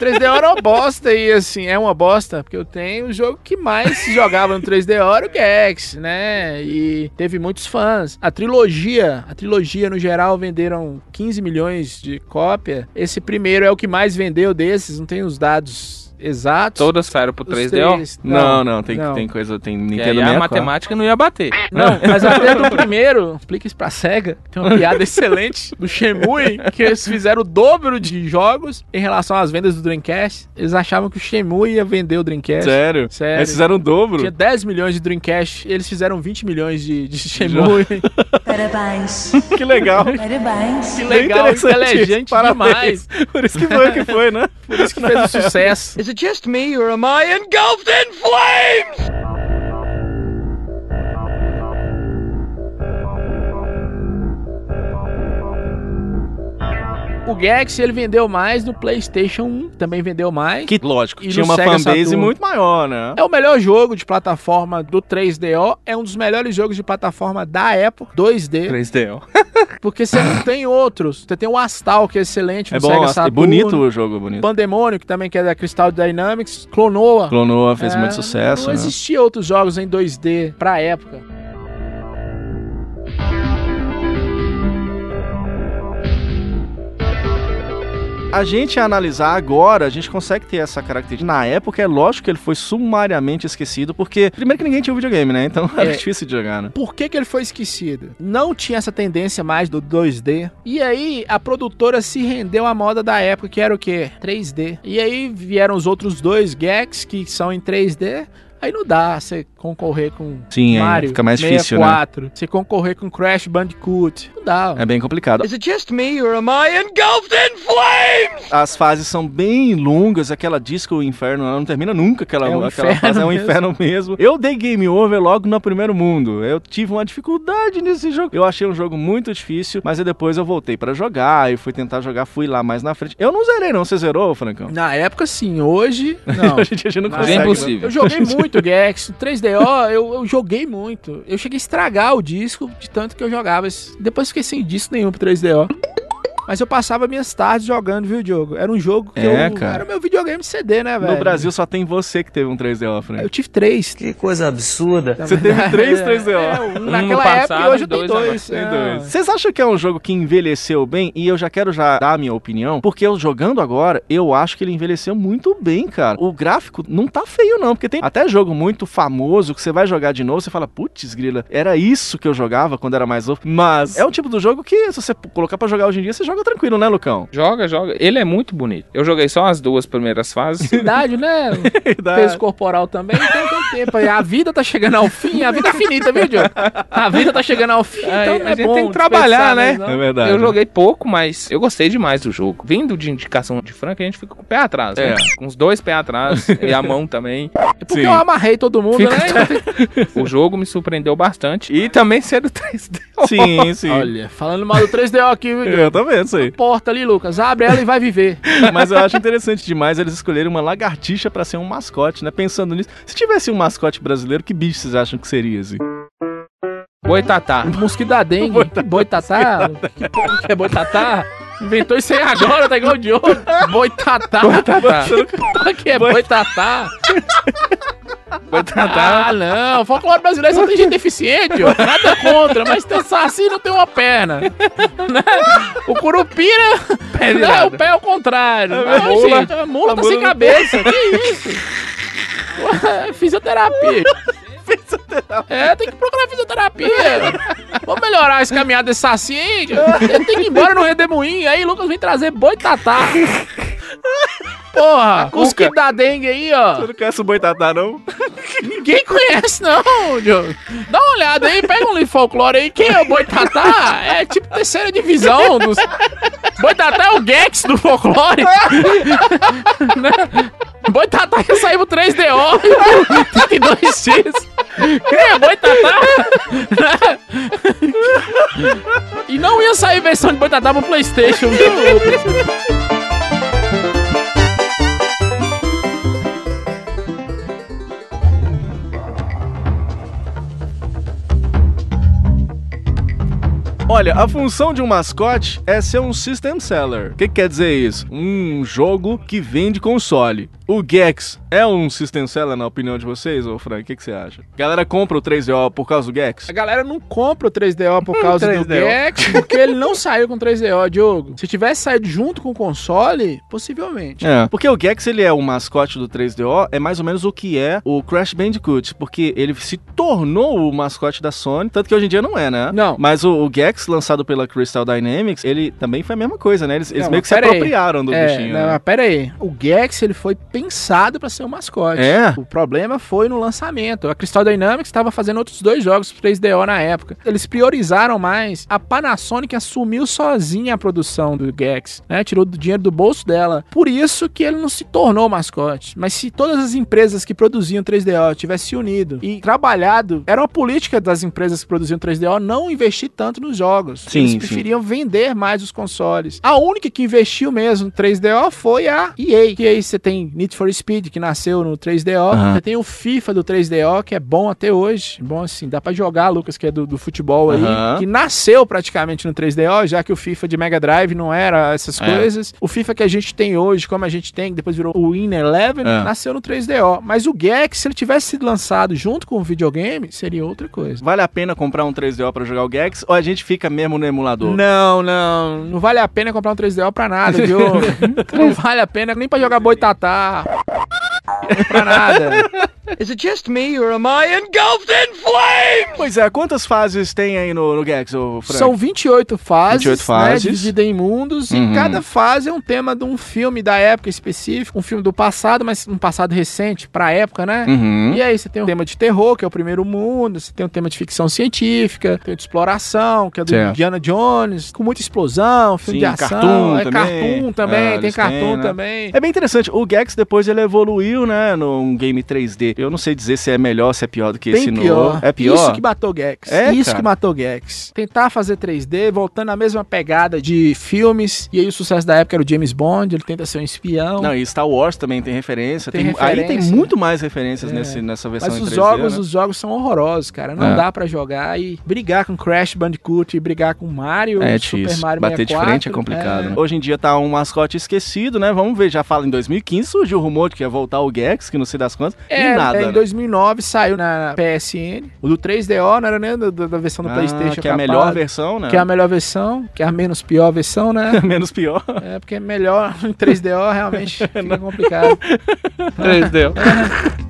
3D Hora é uma bosta e assim, é uma bosta, porque eu tenho o jogo que mais se jogava no 3D Hora, o Gex, né? E teve muitos fãs. A trilogia, a trilogia no geral venderam 15 milhões de cópia. Esse primeiro é o que mais vendeu desses, não tem os dados exatos. Todas saíram pro Os 3DO? três- Não, não, tem, tem coisa, tem Que Nintendo aí a 64. matemática não ia bater. Não, mas até do primeiro, explica isso pra SEGA, tem uma piada excelente do Shenmue, que eles fizeram o dobro de jogos em relação às vendas do Dreamcast. Eles achavam que o Shenmue ia vender o Dreamcast. Sério? Sério. Eles fizeram o dobro? Tinha 10 milhões de Dreamcast, eles fizeram 20 milhões de, de Shenmue. Parabéns. Que legal. né? Parabéns. Que legal, inteligente demais. Por isso que foi o que foi, né? Por isso que fez o sucesso. Is it just me or am I engulfed in flames? O Gex, ele vendeu mais no PlayStation 1, também vendeu mais. Que lógico, E tinha no uma Sega fanbase Saturn. muito maior, né? É o melhor jogo de plataforma do 3DO, é um dos melhores jogos de plataforma da época, 2D. 3DO. Porque você não tem outros. Você tem o Astal, que é excelente, É no bom, Sega é Saturn. bonito o jogo, é bonito. Pandemônio, que também que é da Crystal Dynamics, Clonoa. Clonoa fez É, muito sucesso, Não né? existia outros jogos em 2D pra época. A gente analisar agora, a gente consegue ter essa característica. Na época, é lógico que ele foi sumariamente esquecido, porque primeiro que ninguém tinha videogame, né? Então era É. difícil de jogar, né? Por que, que ele foi esquecido? Não tinha essa tendência mais do 2D. E aí, a produtora se rendeu à moda da época, que era o quê? 3D. E aí vieram os outros dois gags que são em 3D. Aí não dá você concorrer com Sim, aí Mario fica mais difícil, né? 64, né? Você concorrer com Crash Bandicoot. Não dá. É bem complicado. Is it just me or am I engulfed in flames? As fases são bem longas, aquela disco inferno, ela não termina nunca aquela, É um aquela inferno fase, é um mesmo. inferno mesmo. Eu dei game over logo no primeiro mundo. Eu tive uma dificuldade nesse jogo. Eu achei um jogo muito difícil, mas aí depois eu voltei pra jogar e fui tentar jogar, fui lá mais na frente. Eu não zerei não, você zerou, Francão? Na época sim, hoje não. Hoje em dia a gente não Na consegue, É época, né? Eu joguei muito Gex, 3DO, eu, eu joguei muito. Eu cheguei a estragar o disco de tanto que eu jogava. Depois fiquei sem disco nenhum pro 3DO. Mas eu passava minhas tardes jogando videojogo. Era um jogo que É, eu cara. era o meu videogame CD, né, velho? No Brasil só tem você que teve um 3DO, Frank. Eu tive três. Tá Que coisa absurda. Você teve três 3DO. É, um no naquela época e passado, hoje eu tenho agora. dois. Tem é. dois. Vocês acham que é um jogo que envelheceu bem? E eu já quero já dar a minha opinião, porque eu jogando agora, eu acho que ele envelheceu muito bem, cara. O gráfico não tá feio não, porque tem até jogo muito famoso que você vai jogar de novo, você fala, putz, grila, era isso que eu jogava quando era mais novo. Mas é o tipo do jogo que se você colocar pra jogar hoje em dia, você joga tranquilo, né, Lucão? Joga, joga. Ele é muito bonito. Eu joguei só as duas primeiras fases. Idade, né? Peso corporal também, então tem tempo. aí. A vida tá chegando ao fim, a vida é finita, viu, Diogo? A vida tá chegando ao fim, então Aí não a é gente bom tem que trabalhar, desperdiçar, né? não. É verdade. Eu joguei pouco, mas eu gostei demais do jogo. Vindo de indicação de Frank, a gente fica com o pé atrás, né? É. Com os dois pés atrás e a mão também. Porque eu amarrei todo mundo, Fica- né? O jogo me surpreendeu bastante. E também sendo 3D. Sim, sim. Olha, falando mal do 3DO aqui, viu? Eu tô vendo isso aí. Porta ali, Lucas. Abre ela e vai viver. Mas eu acho interessante demais eles escolherem uma lagartixa pra ser um mascote, né? Pensando nisso, se tivesse um mascote brasileiro, que bicho vocês acham que seria, assim? Boitatá. Mosquito da dengue. Boitatá. Que porra que é boitatá? Inventou isso aí agora, tá igual o Diogo. Boitatá. Boitatá. Porra que é boitatá? Boitatá. Ah, não. Folclore brasileiro só tem gente deficiente, ó. Nada contra, mas tem saci e não tem uma perna. Né? O curupira... Pé Não, virado. o pé é o contrário. A Não, mula- gente, a mula a tá mula sem não- cabeça. Que isso? Ué, Fisioterapia. É, tem que procurar fisioterapia. Vamos melhorar esse caminhado desse saci, hein? Ele tem que ir embora no redemoinho. Aí, Lucas vem trazer boi tatá. Porra, os que da dengue aí, ó. Você não conhece o boitatá, não? Ninguém conhece, não, Diogo. Dá uma olhada aí, pega um livro de folclore aí. Quem é o Boitatá? É tipo terceira divisão dos... Boitatá é o Gex do folclore. Né? Boitatá já saiu pro 3DO e pro 32X. Quem é Boitatá? Né? e não ia sair versão de Boitatá pro Playstation, viu? Olha, a função de um mascote é ser um system seller. O que, que quer dizer isso? Um jogo que vende console. O Gex é um System Seller, na opinião de vocês, ô Frank? O que, que você acha? Galera compra o 3DO por causa do Gex? A galera não compra o 3DO por causa do 3DO. Gex, porque ele não saiu com 3DO, Diogo. Se tivesse saído junto com o console, possivelmente. É. Porque o Gex, ele é o mascote do 3DO, é mais ou menos o que é o Crash Bandicoot, porque ele se tornou o mascote da Sony, tanto que hoje em dia não é, né? Não. Mas o, o Gex, lançado pela Crystal Dynamics, ele também foi a mesma coisa, né? Eles, eles Não, meio que mas se pera aí. apropriaram do É, bichinho. Não, né? mas pera aí. O Gex, ele foi pensado pra ser o mascote. É? O problema foi no lançamento. A Crystal Dynamics estava fazendo outros dois jogos pro 3DO na época. Eles priorizaram mais. A Panasonic assumiu sozinha a produção do Gex, né? Tirou do dinheiro do bolso dela. Por isso que ele não se tornou mascote. Mas se todas as empresas que produziam 3DO tivessem se unido e trabalhado, era uma política das empresas que produziam 3DO não investir tanto nos jogos. Sim, Eles sim. preferiam queriam vender mais os consoles. A única que investiu mesmo no 3DO foi a EA. Que aí você tem Need for Speed, que nasceu no 3DO. Aham. Você tem o FIFA do 3DO, que é bom até hoje. Bom assim, dá pra jogar, Lucas, que é do, do futebol aí. Aham. Que nasceu praticamente no 3DO, já que o FIFA de Mega Drive não era essas É. coisas. O FIFA que a gente tem hoje, como a gente tem, que depois virou o Winner Eleven, É. nasceu no 3DO. Mas o Gex, se ele tivesse sido lançado junto com o videogame, seria outra coisa. Vale a pena comprar um 3DO pra jogar o Gex, ou a gente fica mesmo no emulador? Não, não. Não vale a pena comprar um 3DO pra nada, viu? não vale a pena nem pra jogar boitatá. Pra nada. Is it just me or am I engulfed in flame? Pois é, quantas fases tem aí no, no Gex, ô Frank? São 28 fases, 28 fases. Né, dividida em mundos, Uhum. e cada fase é um tema de um filme da época específico, um filme do passado, mas um passado recente pra época, né? Uhum. E aí você tem o tema de terror, que é o primeiro mundo, você tem o tema de ficção científica, tem o de exploração, que é do Certo. Indiana Jones, com muita explosão, filme Sim, de ação, cartoon é também. cartoon também, É, tem eles têm, cartoon né? também. É bem interessante. O Gex depois ele evoluiu, né, num game 3D. Eu não sei dizer se é melhor, se é pior do que Bem esse pior. novo. É pior? Isso que matou o Gex. É, Isso cara. que matou o Gex. Tentar fazer 3D, voltando à mesma pegada de filmes. E aí o sucesso da época era o James Bond, ele tenta ser um espião. Não, e Star Wars também tem referência. Tem Tem Aí tem referência. muito mais referências É. nesse, nessa versão Mas em os 3D, jogos, né? os jogos são horrorosos, cara. Não É. dá pra jogar e brigar com Crash Bandicoot e brigar com Mario, É Super difícil. Mario Bater de 64, frente é complicado. é. né? Hoje em dia tá um mascote esquecido, né? Vamos ver, já fala em 2015, surgiu o rumor de que ia voltar o Gex, que não sei das quantas. É, e nada. é, né? em 2009 saiu na PSN. O do 3DO não era nem da, da- da versão do Ah, PlayStation. que é a capado, melhor versão, né? Que é a melhor versão, que é a menos pior versão, né? Menos pior. É, porque melhor em 3DO realmente fica complicado. 3DO.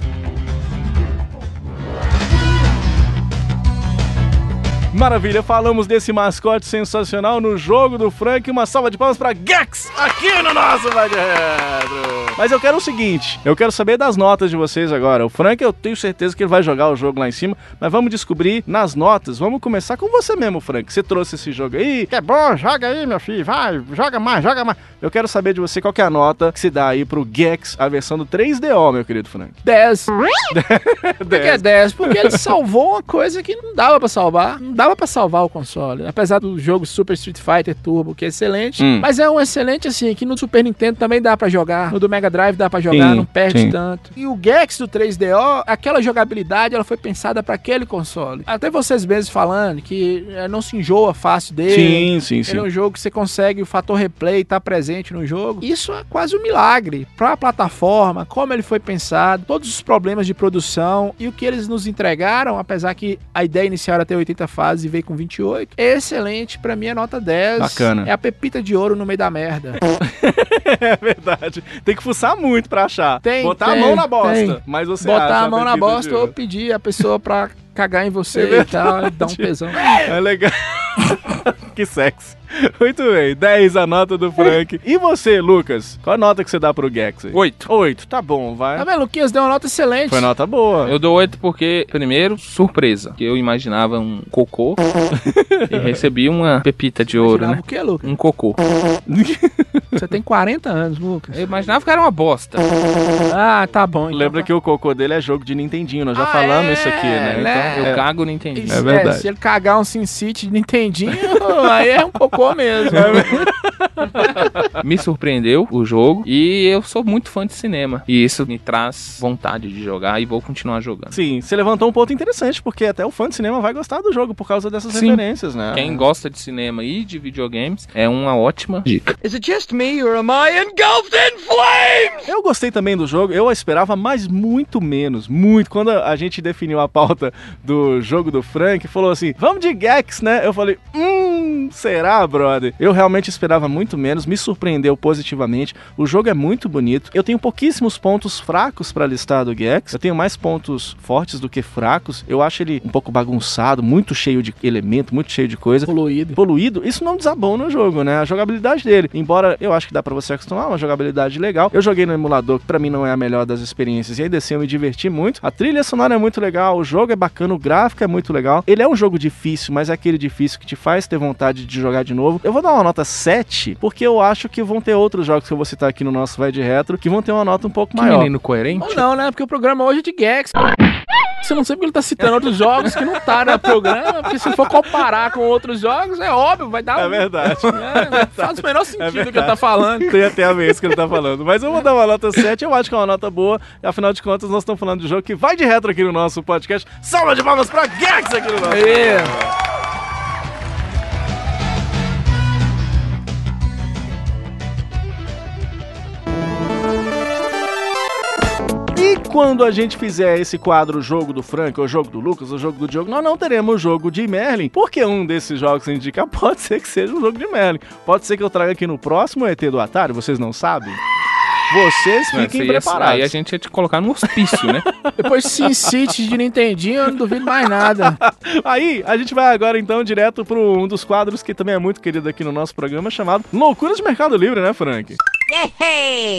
Maravilha, falamos desse mascote sensacional no jogo do Frank. Uma salva de palmas pra Gex aqui no nosso Vai de Retro. Mas eu quero o seguinte, eu quero saber das notas de vocês agora. O Frank, eu tenho certeza que ele vai jogar o jogo lá em cima, mas vamos descobrir nas notas. Vamos começar com você mesmo, Frank. Você trouxe esse jogo aí, que é bom, joga aí, meu filho, vai, joga mais, joga mais. Eu quero saber de você qual que é a nota que se dá aí pro Gex, a versão do 3DO, meu querido Frank. 10. Por que é 10? Porque ele salvou uma coisa que não dava pra salvar. Não dava pra salvar o console. Apesar do jogo Super Street Fighter Turbo, que é excelente. Hum. Mas é um excelente, assim, que no Super Nintendo também dá pra jogar. No do Mega Drive dá pra jogar, Sim, não perde sim. tanto. E o Gex do 3DO, aquela jogabilidade, ela foi pensada pra aquele console. Até vocês mesmos falando que eh, não se enjoa fácil dele. Sim, sim, sim. Ele é um jogo que você consegue o fator replay tá presente no jogo. Isso é quase um milagre para a plataforma, como ele foi pensado, todos os problemas de produção e o que eles nos entregaram, apesar que a ideia inicial era ter 80 fases e veio com 28. É excelente, para mim é nota 10. Bacana. É a pepita de ouro no meio da merda. É verdade. Tem que fuçar muito pra achar. Tem, Botar tem, a mão na bosta. tem. Mas você acha Botar a mão na pepita de bosta ouro. ou pedir a pessoa pra cagar em você É e tal, e dar um verdade. pesão. É legal. que sexy. Muito bem, 10 a nota do Frank. E você, Lucas? Qual a nota que você dá pro Gex aí? 8. 8, tá bom, vai. Tá vendo, Luquinhas deu uma nota excelente. Foi nota boa. Eu dou 8 porque, primeiro, surpresa. Que eu imaginava um cocô e recebi uma pepita de ouro, né? O que, Lucas? Um cocô. Você tem 40 anos, Lucas. Eu imaginava que era uma bosta. Ah, tá bom. então Lembra que o cocô dele é jogo de Nintendinho, nós já falamos isso aqui, né? Ah, né? Então, Eu é- cago no Nintendo. É, se ele cagar um Sin City de Nintendinho, aí é um cocô boa mesmo. me surpreendeu o jogo e eu sou muito fã de cinema. E isso me traz vontade de jogar e vou continuar jogando. Sim, você levantou um ponto interessante, porque até o fã de cinema vai gostar do jogo por causa dessas Sim. referências, né? Ah. Quem gosta de cinema e de videogames é uma ótima dica. Is it just me or am I engulfed in flames? Eu gostei também do jogo, eu esperava, mas muito menos, muito. Quando a a gente definiu a pauta do jogo do Frank, falou assim: vamos de Gex, né? Eu falei: hum, será, brother? Eu realmente esperava muito menos, me surpreendeu positivamente. O jogo é muito bonito. Eu tenho pouquíssimos pontos fracos pra listar do Gex, eu tenho mais pontos fortes do que fracos. Eu acho ele um pouco bagunçado, muito cheio de elemento, muito cheio de coisa. Poluído. Poluído. Isso não desabou no jogo, né? A jogabilidade dele. Embora eu acho que dá pra você acostumar, uma jogabilidade legal. Eu joguei no emulador, que pra mim não é a melhor das experiências, e ainda assim eu me diverti muito. A trilha sonora é muito legal, o jogo é bacana, o gráfico é muito legal. Ele é um jogo difícil, mas é aquele difícil que te faz ter vontade de jogar de novo. Eu vou dar uma nota 7, porque eu acho que vão ter outros jogos que eu vou citar aqui no nosso Vai de Retro, que vão ter uma nota um pouco Que maior. menino coerente. Ou não, né? Porque o programa hoje é de Gex. Você não sabe porque ele tá citando outros jogos que não tá no programa, porque se for comparar com outros jogos, é óbvio, vai dar... É verdade. É Faz o menor sentido do que ele verdade. tá falando. Tem até a vez que ele tá falando. Mas eu vou dar uma nota 7, eu acho que é uma nota boa. Afinal de contas, nós estamos falando de jogo que vai de retro aqui no nosso podcast. Salva de palmas pra Gex aqui no nosso Aê. E quando a gente fizer esse quadro o jogo do Frank, ou o jogo do Lucas, ou o jogo do Diogo, nós não teremos o jogo de Merlin, porque um desses jogos que você indica pode ser que seja um jogo de Merlin. Pode ser que eu traga aqui no próximo ET do Atari, vocês não sabem? Vocês Não, fiquem você ia- preparados. Aí a gente ia te colocar no hospício, né? Depois de Sin City de Nintendinho, eu não duvido mais nada. Aí, a gente vai agora então direto para um dos quadros que também é muito querido aqui no nosso programa, chamado Loucuras de Mercado Livre, né, Frank?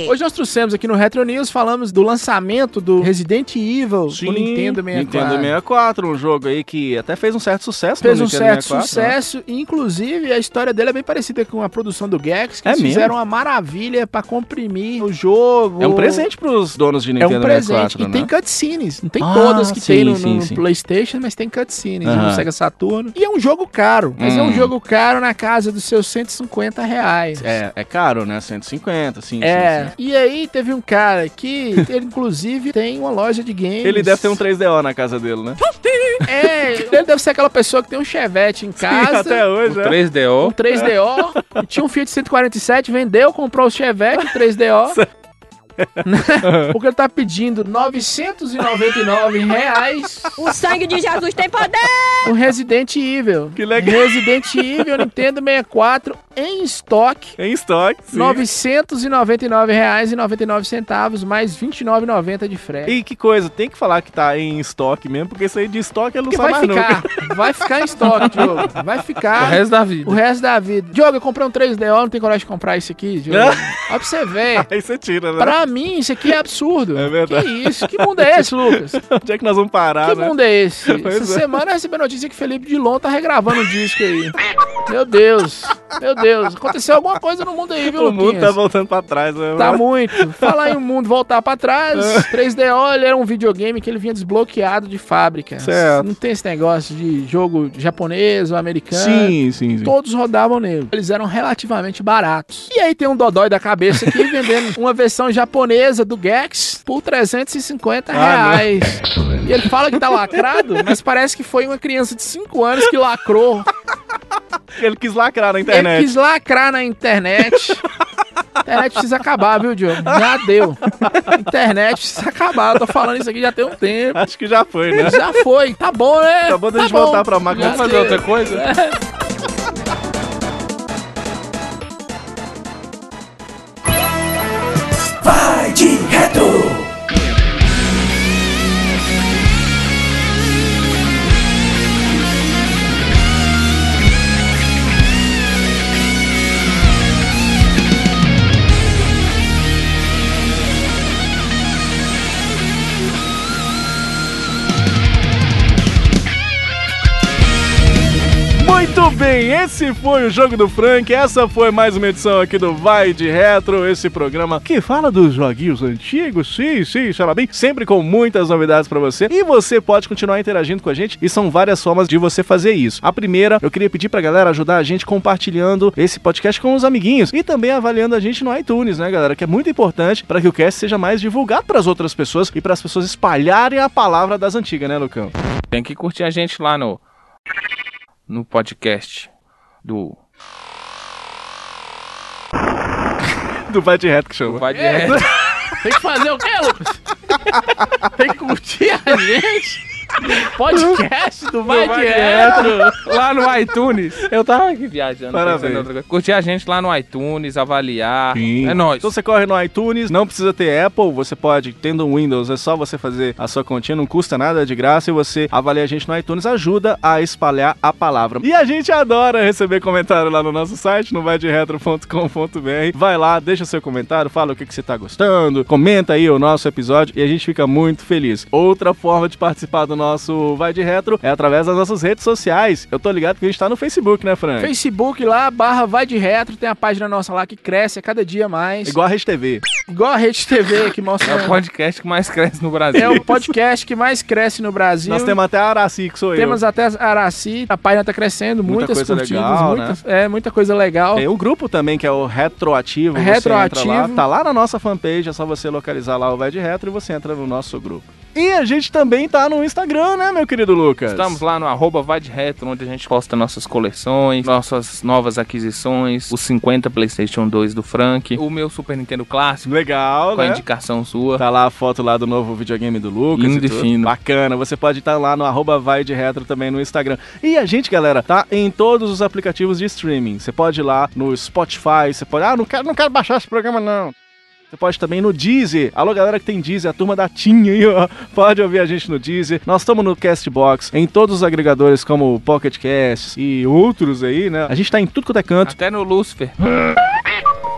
Hoje nós trouxemos aqui no Retro News, falamos do lançamento do Resident Evil do Nintendo 64. Nintendo 64, um jogo aí que até fez um certo sucesso Fez no um Nintendo certo 64, né? sucesso, e inclusive a história dele é bem parecida com a produção do Gex, que É eles mesmo? fizeram uma maravilha pra comprimir o jogo. É um presente pros donos de É Nintendo um presente. 64, E né? tem cutscenes. Não tem Ah, todas que sim, tem no, sim, no sim. PlayStation, mas tem cutscenes. Aham. No Sega Saturno. E é um jogo caro. Mas é Hum. um jogo caro na casa dos seus 150 reais. É, é caro, né? 150, sim, sim, É, sim. e aí teve um cara que ele inclusive tem uma loja de games. Ele deve ter um 3DO na casa dele, né? É, ele deve ser aquela pessoa que tem um Chevette em casa. até hoje, O né? 3DO. Um 3DO, tinha um Fiat 147, vendeu, comprou o Chevette o 3DO. Né? Porque ele tá pedindo 999 reais O sangue de Jesus tem poder! o Resident Evil. Que legal. Resident Evil Nintendo 64 em estoque. Em estoque, R$ sim. 999 reais e 99 centavos, mais R$ 29,90 de frete. E que coisa, tem que falar que tá em estoque mesmo, porque isso aí de estoque ele não Porque sai vai mais ficar, nunca. vai ficar em estoque, Diogo. Vai ficar. O resto da vida. O resto da vida. Diogo, eu comprei um 3DO, não tem coragem de comprar isso aqui, Diogo. Olha pra você ver. Aí você tira, né? Pra mim, isso aqui é absurdo. É verdade. Que isso? Que mundo é esse, Lucas? Onde é que nós vamos parar, Que né? mundo é esse? Pois Essa é. semana eu recebi a notícia que Felipe Dilon tá regravando um disco aí. Meu Deus. Meu Deus. Aconteceu alguma coisa no mundo aí, viu, O mundo tá Luquinhas? voltando pra trás, né? Tá muito. Falar em um mundo voltar pra trás, 3DO ele era um videogame que ele vinha desbloqueado de fábrica. Certo. Não tem esse negócio de jogo japonês ou americano. Sim, sim, sim. Todos rodavam nele. Eles eram relativamente baratos. E aí tem um dodói da cabeça aqui vendendo uma versão japonesa do Gex por 350 Ah, não. reais. E ele fala que tá lacrado, mas parece que foi uma criança de 5 anos que lacrou. Ele quis lacrar na internet. Ele quis lacrar na internet. Internet precisa acabar, viu, Diogo? Já deu. Internet precisa acabar. Eu tô falando isso aqui já tem um tempo. Acho que já foi, né? Já foi. Tá bom, né? Tá bom, deixa eu voltar pra máquina. Já Vamos fazer deu. outra coisa? É. Vai de reto! Muito Muito bem, esse foi o Jogo do Frank. Essa foi mais uma edição aqui do Vai de Retro, esse programa que fala dos joguinhos antigos. Sim, sim, fala bem. Sempre com muitas novidades pra você. E você pode continuar interagindo com a gente. E são várias formas de você fazer isso. A primeira, eu queria pedir pra galera ajudar a gente compartilhando esse podcast com os amiguinhos e também avaliando a gente no iTunes, né, galera? Que é muito importante pra que o cast seja mais divulgado pras outras pessoas e pras pessoas espalharem a palavra das antigas, né, Lucão? Tem que curtir a gente lá no no podcast do do Vai de Reto que chama. Vai de Reto. Tem que fazer o quê, Lucas? Tem que curtir a gente? Podcast do Vai, Vai Direto. Direto, Lá no iTunes. Eu tava aqui viajando. Parabéns. pensando em outra coisa. Curtir a gente lá no iTunes, avaliar. É nóis. Então você corre no iTunes, não precisa ter Apple, você pode, tendo um Windows, é só você fazer a sua continha, não custa nada, é de graça, e você avalia a gente no iTunes, ajuda a espalhar a palavra. E a gente adora receber comentário lá no nosso site, no vaideretro.com.br. Vai lá, deixa seu comentário, fala o que, que você tá gostando, comenta aí o nosso episódio e a gente fica muito feliz. Outra forma de participar do nosso Vai de Retro é através das nossas redes sociais. Eu tô ligado que a gente tá no Facebook, né, Frank? Facebook lá, barra Vai de Retro, tem a página nossa lá que cresce a cada dia mais. Igual a Rede TV. Igual a Rede TV que mostra. É o podcast que mais cresce no Brasil. É o podcast que mais cresce no Brasil. Nós temos até a Araci, que sou eu. Temos até a Araci, a página tá crescendo, Muita muitas coisa curtidas, legal, né? muitas- é, muita coisa legal. Tem o grupo também, que é o Retroativo. você Retroativo. entra lá, tá lá na nossa fanpage, é só você localizar lá o Vai de Retro e você entra no nosso grupo. E a gente também tá no Instagram, né, meu querido Lucas? Estamos lá no arroba vai de retro, onde a gente posta nossas coleções, nossas novas aquisições, os 50 Playstation 2 do Frank, o meu Super Nintendo clássico. Legal, Com a né? indicação sua. Tá lá a foto lá do novo videogame do Lucas. Lindo e e tudo. fino. Bacana. Você pode estar lá no arroba vai de retro também no Instagram. E a gente, galera, tá em todos os aplicativos de streaming. Você pode ir lá no Spotify, você pode. Ah, não quero, não quero baixar esse programa, não. Você pode também no Deezer. Alô, galera que tem Deezer, a turma da Tinha aí, ó. Pode ouvir a gente no Deezer. Nós estamos no Castbox, em todos os agregadores como o Pocket Casts e outros aí, né? A gente tá em tudo quanto é canto. Até no Lucifer.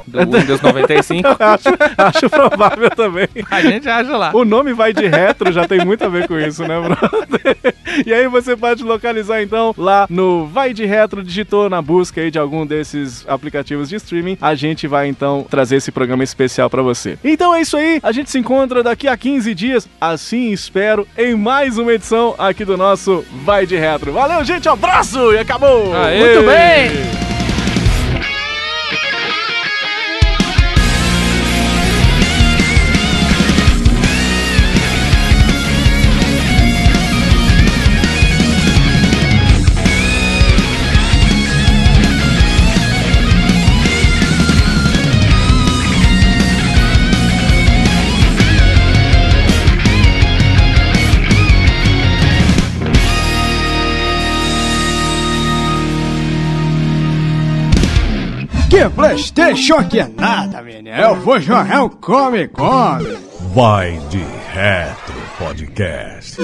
Do Windows 95. acho, acho provável também. A gente acha lá. O nome vai de retro, já tem muito a ver com isso, né, brother? E aí você pode localizar então lá no Vai de Retro, digitou na busca aí de algum desses aplicativos de streaming. A gente vai então trazer esse programa especial pra você. Então é isso aí, a gente se encontra daqui a 15 dias, assim espero, em mais uma edição aqui do nosso Vai de Retro. Valeu, gente, abraço e acabou! Aê! Muito bem! Que Playstation que é nada, menino. Eu vou jogar o Come Come. Vai de Retro Podcast.